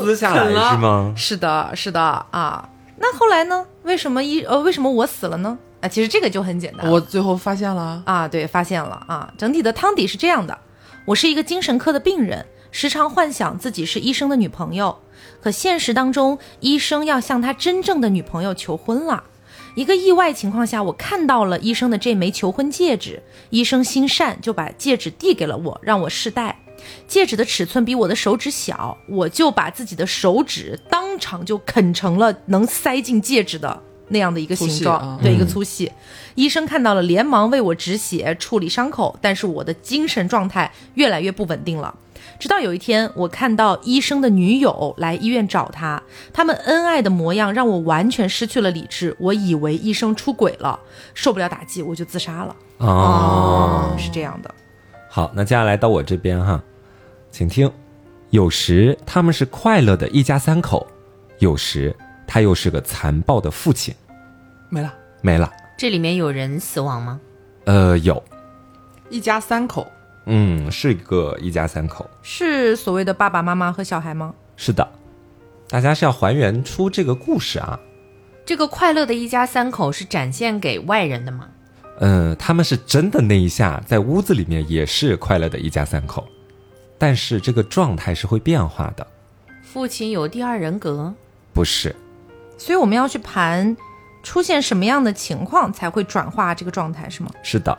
Speaker 2: 撕下来
Speaker 3: 啃了
Speaker 2: 是吗？
Speaker 1: 是的，是的啊。那后来呢？为什么一呃，为什么我死了呢？啊，其实这个就很简单了。
Speaker 3: 我最后发现了，
Speaker 1: 啊，对，发现了啊。整体的汤底是这样的：我是一个精神科的病人，时常幻想自己是医生的女朋友，可现实当中，医生要向他真正的女朋友求婚了。一个意外情况下，我看到了医生的这枚求婚戒指，医生心善就把戒指递给了我，让我试戴。戒指的尺寸比我的手指小，我就把自己的手指当场就啃成了能塞进戒指的那样的一个
Speaker 3: 粗细
Speaker 1: 形状，
Speaker 3: 啊
Speaker 1: 对、一个
Speaker 2: 嗯
Speaker 1: 粗细。医生看到了，连忙为我止血、处理伤口，但是我的精神状态越来越不稳定了。直到有一天，我看到医生的女友来医院找他，他们恩爱的模样让我完全失去了理智，我以为医生出轨了，受不了打击，我就自杀了。
Speaker 2: 哦，
Speaker 1: 是这样的，
Speaker 2: 好，那接下来到我这边哈，请听。有时他们是快乐的一家三口，有时他又是个残暴的父亲。
Speaker 3: 没了，
Speaker 2: 没了，
Speaker 4: 这里面有人死亡吗？
Speaker 2: 呃，有，
Speaker 3: 一家三口，
Speaker 2: 嗯，是个一家三口，
Speaker 1: 是所谓的爸爸妈妈和小孩吗？
Speaker 2: 是的。大家是要还原出这个故事啊，
Speaker 4: 这个快乐的一家三口是展现给外人的吗？
Speaker 2: 嗯，他们是真的那一下在屋子里面也是快乐的一家三口，但是这个状态是会变化的，
Speaker 4: 父亲有第二人格，
Speaker 2: 不是？
Speaker 1: 所以我们要去盘出现什么样的情况才会转化这个状态，是吗？
Speaker 2: 是的。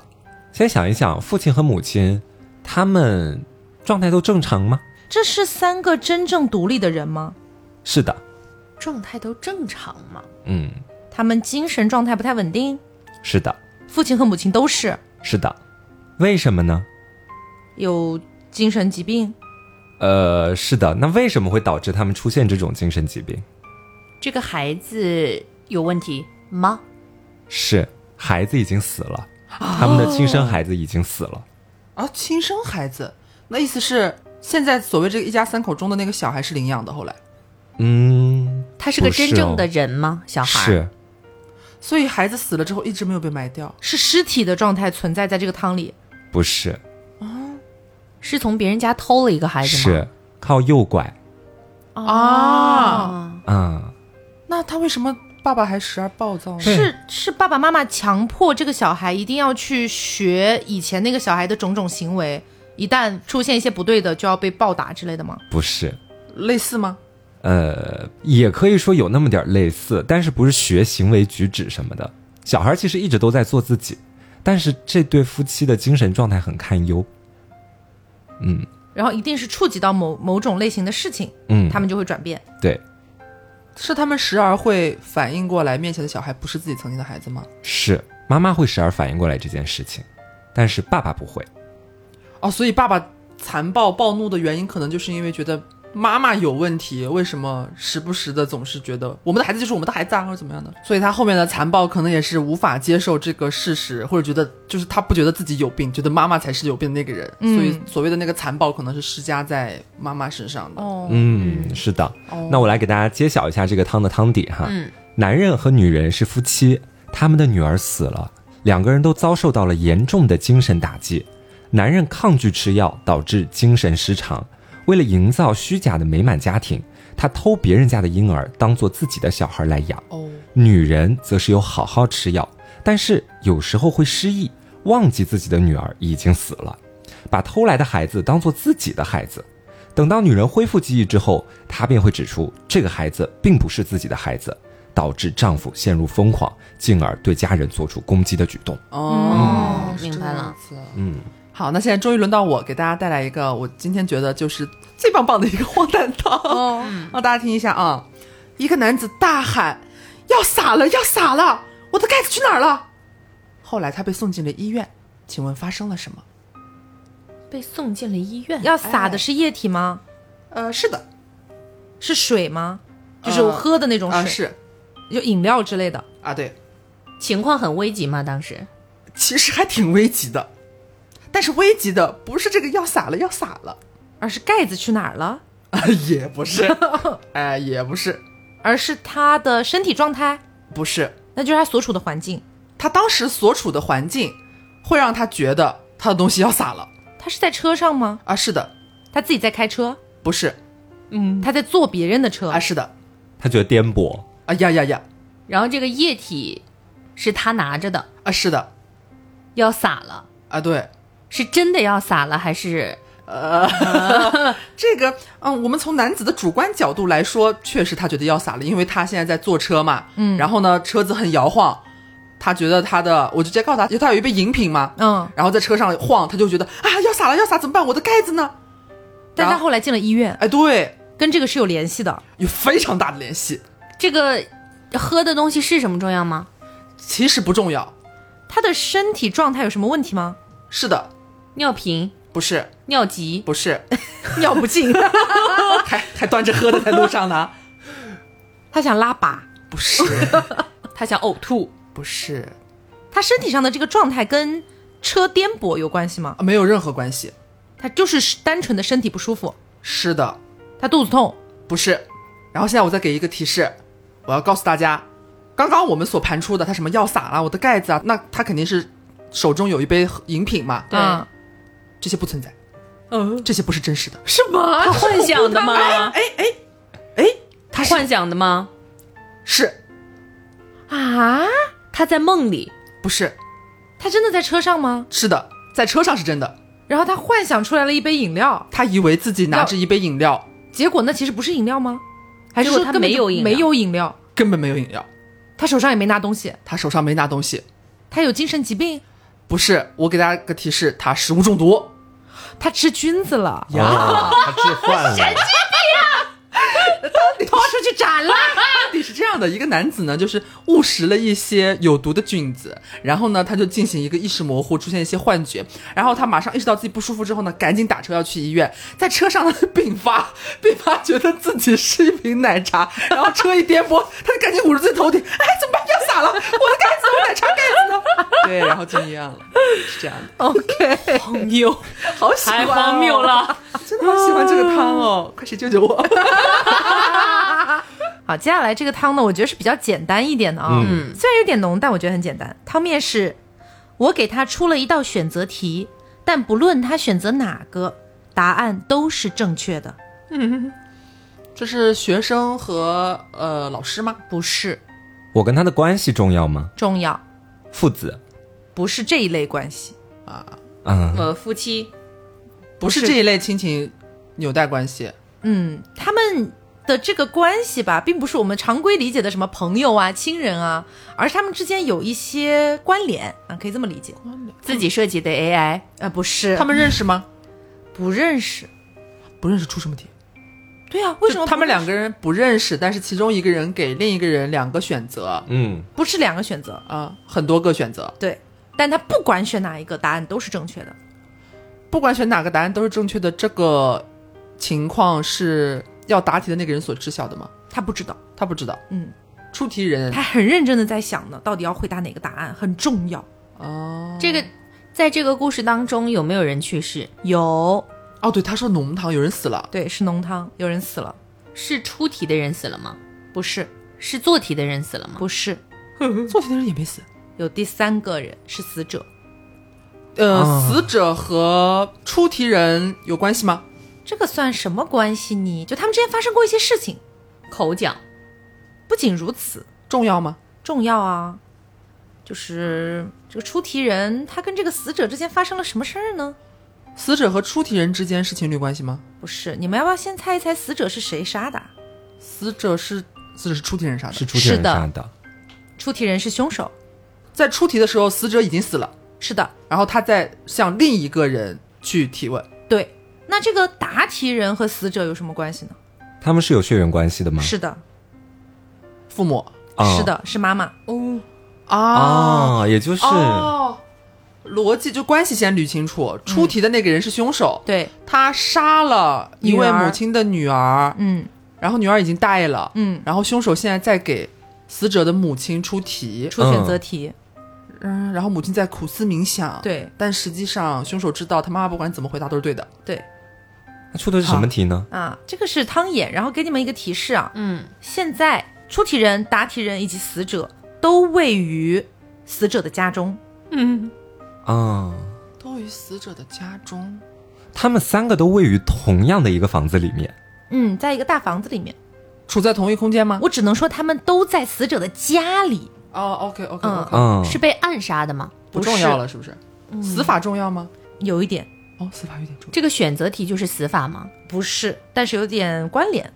Speaker 2: 先想一想，父亲和母亲，他们状态都正常吗？
Speaker 1: 这是三个真正独立的人吗？
Speaker 2: 是的，
Speaker 4: 状态都正常吗？
Speaker 2: 嗯，
Speaker 1: 他们精神状态不太稳定，
Speaker 2: 是的，
Speaker 1: 父亲和母亲都是
Speaker 2: 是的。为什么呢？
Speaker 1: 有精神疾病，
Speaker 2: 呃，是的。那为什么会导致他们出现这种精神疾病？
Speaker 4: 这个孩子有问题吗？
Speaker 2: 是孩子已经死了，他们的亲生孩子已经死
Speaker 4: 哦
Speaker 2: 了。
Speaker 3: 啊，亲生孩子，那意思是现在所谓这个一家三口中的那个小孩是领养的，后来，
Speaker 2: 嗯，
Speaker 4: 他是个
Speaker 2: 不是哦
Speaker 4: 真正的人吗？小孩儿
Speaker 2: 是
Speaker 3: 所以孩子死了之后一直没有被埋掉，
Speaker 1: 是尸体的状态存在在这个汤里。
Speaker 2: 不是？
Speaker 4: 是从别人家偷了一个孩子吗？
Speaker 2: 是靠诱拐。
Speaker 1: 哦
Speaker 3: 啊
Speaker 2: 嗯，
Speaker 3: 那他为什么爸爸还时而暴躁呢？
Speaker 2: 对
Speaker 1: 是是爸爸妈妈强迫这个小孩一定要去学以前那个小孩的种种行为，一旦出现一些不对的，就要被暴打之类的吗？
Speaker 2: 不是。
Speaker 3: 类似吗？
Speaker 2: 呃，也可以说有那么点儿类似，但是不是学行为举止什么的。小孩其实一直都在做自己，但是这对夫妻的精神状态很堪忧。嗯
Speaker 1: 然后一定是触及到某某种类型的事情，
Speaker 2: 嗯，
Speaker 1: 他们就会转变。
Speaker 2: 对
Speaker 3: 是他们时而会反应过来，面前的小孩不是自己曾经的孩子吗？
Speaker 2: 是妈妈会时而反应过来这件事情，但是爸爸不会。
Speaker 3: 哦，所以爸爸残暴暴怒的原因，可能就是因为觉得妈妈有问题，为什么时不时的总是觉得我们的孩子就是我们的孩子啊，或者怎么样的？所以他后面的残暴可能也是无法接受这个事实，或者觉得就是他不觉得自己有病，觉得妈妈才是有病的那个人，
Speaker 1: 嗯
Speaker 3: 所以所谓的那个残暴可能是施加在妈妈身上的。
Speaker 1: 哦，
Speaker 2: 嗯，是的。
Speaker 3: 哦
Speaker 2: 那我来给大家揭晓一下这个汤的汤底哈。
Speaker 4: 嗯，
Speaker 2: 男人和女人是夫妻，他们的女儿死了，两个人都遭受到了严重的精神打击。男人抗拒吃药，导致精神失常。为了营造虚假的美满家庭，他偷别人家的婴儿当做自己的小孩来养。
Speaker 3: 哦，
Speaker 2: 女人则是有好好吃药，但是有时候会失忆，忘记自己的女儿已经死了，把偷来的孩子当做自己的孩子。等到女人恢复记忆之后，她便会指出这个孩子并不是自己的孩子，导致丈夫陷入疯狂，进而对家人做出攻击的举动。
Speaker 3: 哦，
Speaker 4: 嗯
Speaker 3: 是
Speaker 4: 明白
Speaker 3: 这样
Speaker 4: 了
Speaker 3: 子。
Speaker 2: 嗯，
Speaker 3: 好，那现在终于轮到我给大家带来一个我今天觉得就是最棒棒的一个荒诞汤， <laughs> 让大家听一下啊！一个男子大喊：“要洒了，要洒了！我的盖子去哪儿了？”后来他被送进了医院，请问发生了什么？
Speaker 4: 被送进了医院。
Speaker 1: 要撒的是液体吗？
Speaker 3: 呃，是的，
Speaker 1: 是水吗？就是
Speaker 3: 呃
Speaker 1: 喝的那种水，
Speaker 3: 啊是
Speaker 1: 就饮料之类的。
Speaker 3: 啊，对，
Speaker 4: 情况很危急吗？当时
Speaker 3: 其实还挺危急的，但是危急的不是这个要洒了，要洒了，
Speaker 1: 而是盖子去哪儿了？
Speaker 3: 啊， <laughs> 也不 <laughs> 是，哎、也不是，
Speaker 1: 而是他的身体状态，
Speaker 3: 不是，
Speaker 1: 那就是他所处的环境。
Speaker 3: 他当时所处的环境会让他觉得他的东西要洒了
Speaker 1: 他是在车上吗？
Speaker 3: 啊，是的，
Speaker 1: 他自己在开车？
Speaker 3: 不是
Speaker 1: 他在坐别人的车？
Speaker 3: 啊，嗯是的，
Speaker 2: 她觉得颠簸，
Speaker 3: 啊呀呀呀
Speaker 4: 然后这个液体是他拿着的，
Speaker 3: 啊，是的
Speaker 4: 要洒了，
Speaker 3: 啊，对，
Speaker 4: 是真的要洒了，还是
Speaker 3: 这个嗯，我们从男子的主观角度来说，确实他觉得要洒了，因为他现在在坐车嘛，嗯，然后呢，车子很摇晃，他觉得他的，我就直接告诉他，因为他有一杯饮品嘛，
Speaker 1: 嗯，
Speaker 3: 然后在车上晃，他就觉得啊，要洒了，要洒怎么办？我的盖子呢？
Speaker 1: 但他
Speaker 3: 然后
Speaker 1: 后来进了医院，
Speaker 3: 哎，对，
Speaker 1: 跟这个是有联系的。
Speaker 3: 有非常大的联系，
Speaker 4: 这个喝的东西是什么重要吗？
Speaker 3: 其实不重要。
Speaker 1: 他的身体状态有什么问题吗？ <laughs>
Speaker 3: 是的，
Speaker 4: 尿频、
Speaker 3: 不是，
Speaker 4: 尿急、
Speaker 3: 不是，
Speaker 1: 尿不尽，
Speaker 3: 还还端着喝的在路上呢？
Speaker 1: <laughs> 他想拉粑，
Speaker 3: <laughs> 不是，
Speaker 4: 他想呕吐，
Speaker 3: 不是，
Speaker 1: 他身体上的这个状态跟车颠簸有关系吗？
Speaker 3: 啊没有任何关系。
Speaker 1: 他就是单纯的身体不舒服，
Speaker 3: 是的，
Speaker 1: 他肚子痛，
Speaker 3: 不是。然后现在我再给一个提示，我要告诉大家，刚刚我们所盘出的，它什么药洒啦，我的盖子啊，那它肯定是手中有一杯饮品嘛，
Speaker 4: 对
Speaker 1: 啊
Speaker 3: 这些不存在，
Speaker 4: 嗯，
Speaker 3: 这些不是真实的。
Speaker 4: 什么？他幻想的吗？
Speaker 3: 哎哎哎，
Speaker 4: 他幻想的吗？
Speaker 3: 是
Speaker 1: 啊，
Speaker 4: 他在梦里，
Speaker 3: 不是？
Speaker 1: 他真的在车上吗？
Speaker 3: 是的，在车上是真的。
Speaker 1: 然后他幻想出来了一杯饮料，
Speaker 3: 他以为自己拿着一杯饮料，
Speaker 1: 结果那其实不是饮料吗？还是
Speaker 4: 结
Speaker 1: 说
Speaker 4: 果他
Speaker 1: 根本
Speaker 4: 没有饮料
Speaker 1: 没有饮料，
Speaker 3: 根本没有饮料，
Speaker 1: 他手上也没拿东西，
Speaker 3: 他手上没拿东西。
Speaker 1: 他有精神疾病，
Speaker 3: 不是，我给大家个提示，他食物中毒。
Speaker 1: 他吃菌子了，
Speaker 2: 啊，
Speaker 1: <laughs>
Speaker 2: 他置换了，
Speaker 1: 拖出去斩了。
Speaker 3: 到底 <laughs> 是这样的，一个男子呢，就是误食了一些有毒的菌子，然后呢，他就进行一个意识模糊，出现一些幻觉，然后他马上意识到自己不舒服之后呢，赶紧打车要去医院，在车上呢并 <laughs> 发并发觉得自己是一瓶奶茶，然后车一颠簸，他就赶紧捂住自己头顶，哎，怎么办？要洒了，我的盖子，我奶茶盖子 <laughs> 呢？对，然后进医院了，是这样的， <laughs>
Speaker 1: OK，
Speaker 4: 荒谬，
Speaker 3: 好喜
Speaker 1: 哎
Speaker 3: 欢、哦
Speaker 4: 太荒谬，了。
Speaker 3: 真的好喜欢这个汤 <laughs> 哦，快谁救救我！
Speaker 1: 好，接下来这个汤呢，我觉得是比较简单一点的啊、
Speaker 2: 嗯
Speaker 1: 虽然有点浓，但我觉得很简单。汤面是，我给他出了一道选择题，但不论他选择哪个，答案都是正确的。
Speaker 3: 这是学生和呃老师吗？
Speaker 1: 不是
Speaker 2: 我跟他的关系重要吗？
Speaker 1: 重要，
Speaker 2: 父子，
Speaker 1: 不是这一类关系，
Speaker 2: 嗯，
Speaker 4: <laughs> 呃，夫妻
Speaker 3: 不是
Speaker 1: 不
Speaker 3: 这
Speaker 1: 是
Speaker 3: 一类亲情纽带关系，
Speaker 1: 嗯，他们的这个关系吧，并不是我们常规理解的什么朋友啊、亲人啊，而是他们之间有一些关联啊，可以这么理解。
Speaker 4: 自己设计的 AI，
Speaker 1: 呃，不是，
Speaker 3: 他们认识吗？
Speaker 1: 不认识。
Speaker 3: 不认识出什么题？
Speaker 1: 对啊，为什么
Speaker 3: 就他们
Speaker 1: 不认
Speaker 3: 两个人不认识，但是其中一个人给另一个人两个选择啊、
Speaker 2: 嗯，
Speaker 1: 不是两个选择？
Speaker 3: 很多个选择，
Speaker 1: 对，但他不管选哪一个，答案都是正确的。
Speaker 3: 不管选哪个答案都是正确的。这个情况是要答题的那个人所知晓的吗？
Speaker 1: 他不知道，
Speaker 3: 他不知道，
Speaker 1: 嗯，
Speaker 3: 出题人
Speaker 1: 他很认真的在想呢，到底要回答哪个答案很重要。
Speaker 3: 哦，
Speaker 4: 这个在这个故事当中有没有人去世？有，
Speaker 3: 哦，对，他说浓汤有人死了，
Speaker 1: 对，是浓汤，有人死了，
Speaker 4: 是出题的人死了吗？
Speaker 1: 不是，
Speaker 4: 是做题的人死了吗？
Speaker 1: 不是，
Speaker 3: 做题的人也没死。
Speaker 1: 有第三个人是死者，
Speaker 3: 呃，
Speaker 2: 啊
Speaker 3: 死者和出题人有关系吗？
Speaker 1: 这个算什么关系呢？就他们之间发生过一些事情，
Speaker 4: 口角，
Speaker 1: 不仅如此，
Speaker 3: 重要吗？
Speaker 1: 重要啊，就是这个出题人他跟这个死者之间发生了什么事儿呢？
Speaker 3: 死者和出题人之间是情侣关系吗？
Speaker 1: 不是，你们要不要先猜一猜死者是谁杀的啊？
Speaker 3: 死者是死者是出题人杀的
Speaker 2: 是，出天
Speaker 1: 是
Speaker 2: 人
Speaker 1: 的
Speaker 2: 杀的，
Speaker 1: 出题人是凶手，
Speaker 3: 在出题的时候，死者已经死了，
Speaker 1: 是的，
Speaker 3: 然后他再向另一个人去提问。
Speaker 1: 对。那这个答题人和死者有什么关系呢？
Speaker 2: 他们是有血缘关系的吗？
Speaker 1: 是的，
Speaker 3: 父母
Speaker 2: 啊
Speaker 1: 是的，是妈妈。
Speaker 3: 哦
Speaker 2: 啊，也就是
Speaker 3: 哦，逻辑就关系先捋清楚。出题的那个人是凶手，
Speaker 1: 对，
Speaker 3: 他杀了一位
Speaker 1: 女儿
Speaker 3: 母亲的女儿，
Speaker 1: 嗯
Speaker 3: 然后女儿已经大了，
Speaker 1: 嗯，
Speaker 3: 然后凶手现在在给死者的母亲出题，
Speaker 1: 出选择题，
Speaker 3: 嗯，然后母亲在苦思冥想，，
Speaker 1: 对
Speaker 3: 但实际上凶手知道他妈妈不管怎么回答都是对的，
Speaker 1: 对
Speaker 2: 那出的是什么题呢？
Speaker 1: 啊，这个是汤眼。然后给你们一个提示啊，
Speaker 4: 嗯，
Speaker 1: 现在出题人、答题人以及死者都位于死者的家中，
Speaker 2: 啊，
Speaker 3: 都于死者的家中，
Speaker 2: 他们三个都位于同样的一个房子里面，
Speaker 1: 嗯，在一个大房子里面。
Speaker 3: 处在同一空间吗？
Speaker 1: 我只能说他们都在死者的家里，
Speaker 3: 哦，OK OK
Speaker 1: 嗯
Speaker 3: OK，、
Speaker 2: 嗯，
Speaker 4: 是被暗杀的吗？
Speaker 3: 不重要了是不是？嗯死法重要吗？
Speaker 1: 有一点
Speaker 3: 哦，死法有点重要。
Speaker 4: 这个选择题就是死法吗？
Speaker 1: 不是，但是有点关联。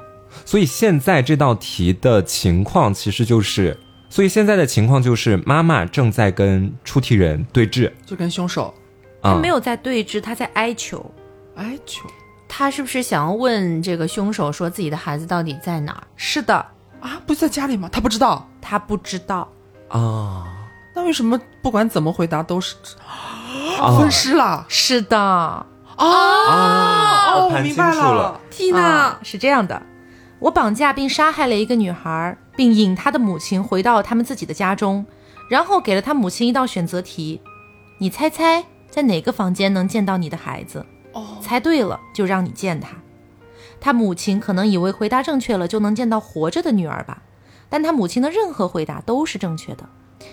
Speaker 2: 所以现在这道题的情况其实就是，所以现在的情况就是妈妈正在跟出题人对峙
Speaker 3: 就跟凶手
Speaker 2: 啊，
Speaker 1: 他没有在对峙，他在哀求。
Speaker 3: 哀哎求，
Speaker 4: 他是不是想要问这个凶手说自己的孩子到底在哪儿？
Speaker 1: 是的，
Speaker 3: 啊，不是在家里吗？他不知道，
Speaker 1: 他不知道，
Speaker 2: 啊
Speaker 3: 那为什么不管怎么回答都是
Speaker 2: 啊
Speaker 3: <gasps> 分尸了？
Speaker 1: 是的，
Speaker 2: 啊！
Speaker 3: 哦，
Speaker 2: 我
Speaker 3: 我
Speaker 2: 盘
Speaker 3: 明
Speaker 2: 清
Speaker 3: 白
Speaker 2: 楚了，啊
Speaker 1: 缇娜、啊是这样的，我绑架并杀害了一个女孩，并引她的母亲回到他们自己的家中，然后给了她母亲一道选择题，你猜猜在哪个房间能见到你的孩子？
Speaker 3: 哦，
Speaker 1: 猜对了就让你见他。他母亲可能以为回答正确了就能见到活着的女儿吧，但他母亲的任何回答都是正确的，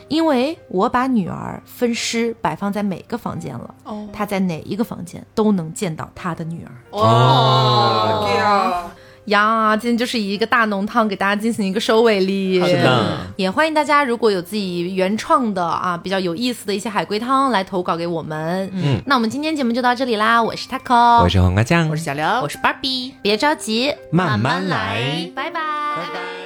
Speaker 1: 因为我把女儿分尸摆放在每个房间了，
Speaker 3: 哦，
Speaker 1: 她在哪一个房间都能见到她的女儿。
Speaker 3: 哦，对呀，
Speaker 1: 呀，今天就是以一个大浓汤给大家进行一个收尾哩。
Speaker 3: 好
Speaker 2: 的
Speaker 1: 也欢迎大家如果有自己原创的啊比较有意思的一些海龟汤来投稿给我们。
Speaker 2: 嗯，
Speaker 1: 那我们今天节目就到这里啦，我是 Taco，
Speaker 2: 我是黄瓜酱，
Speaker 3: 小刘
Speaker 4: 我是 Barbie，
Speaker 1: 别着急，
Speaker 2: 慢慢来
Speaker 1: 拜拜，拜拜。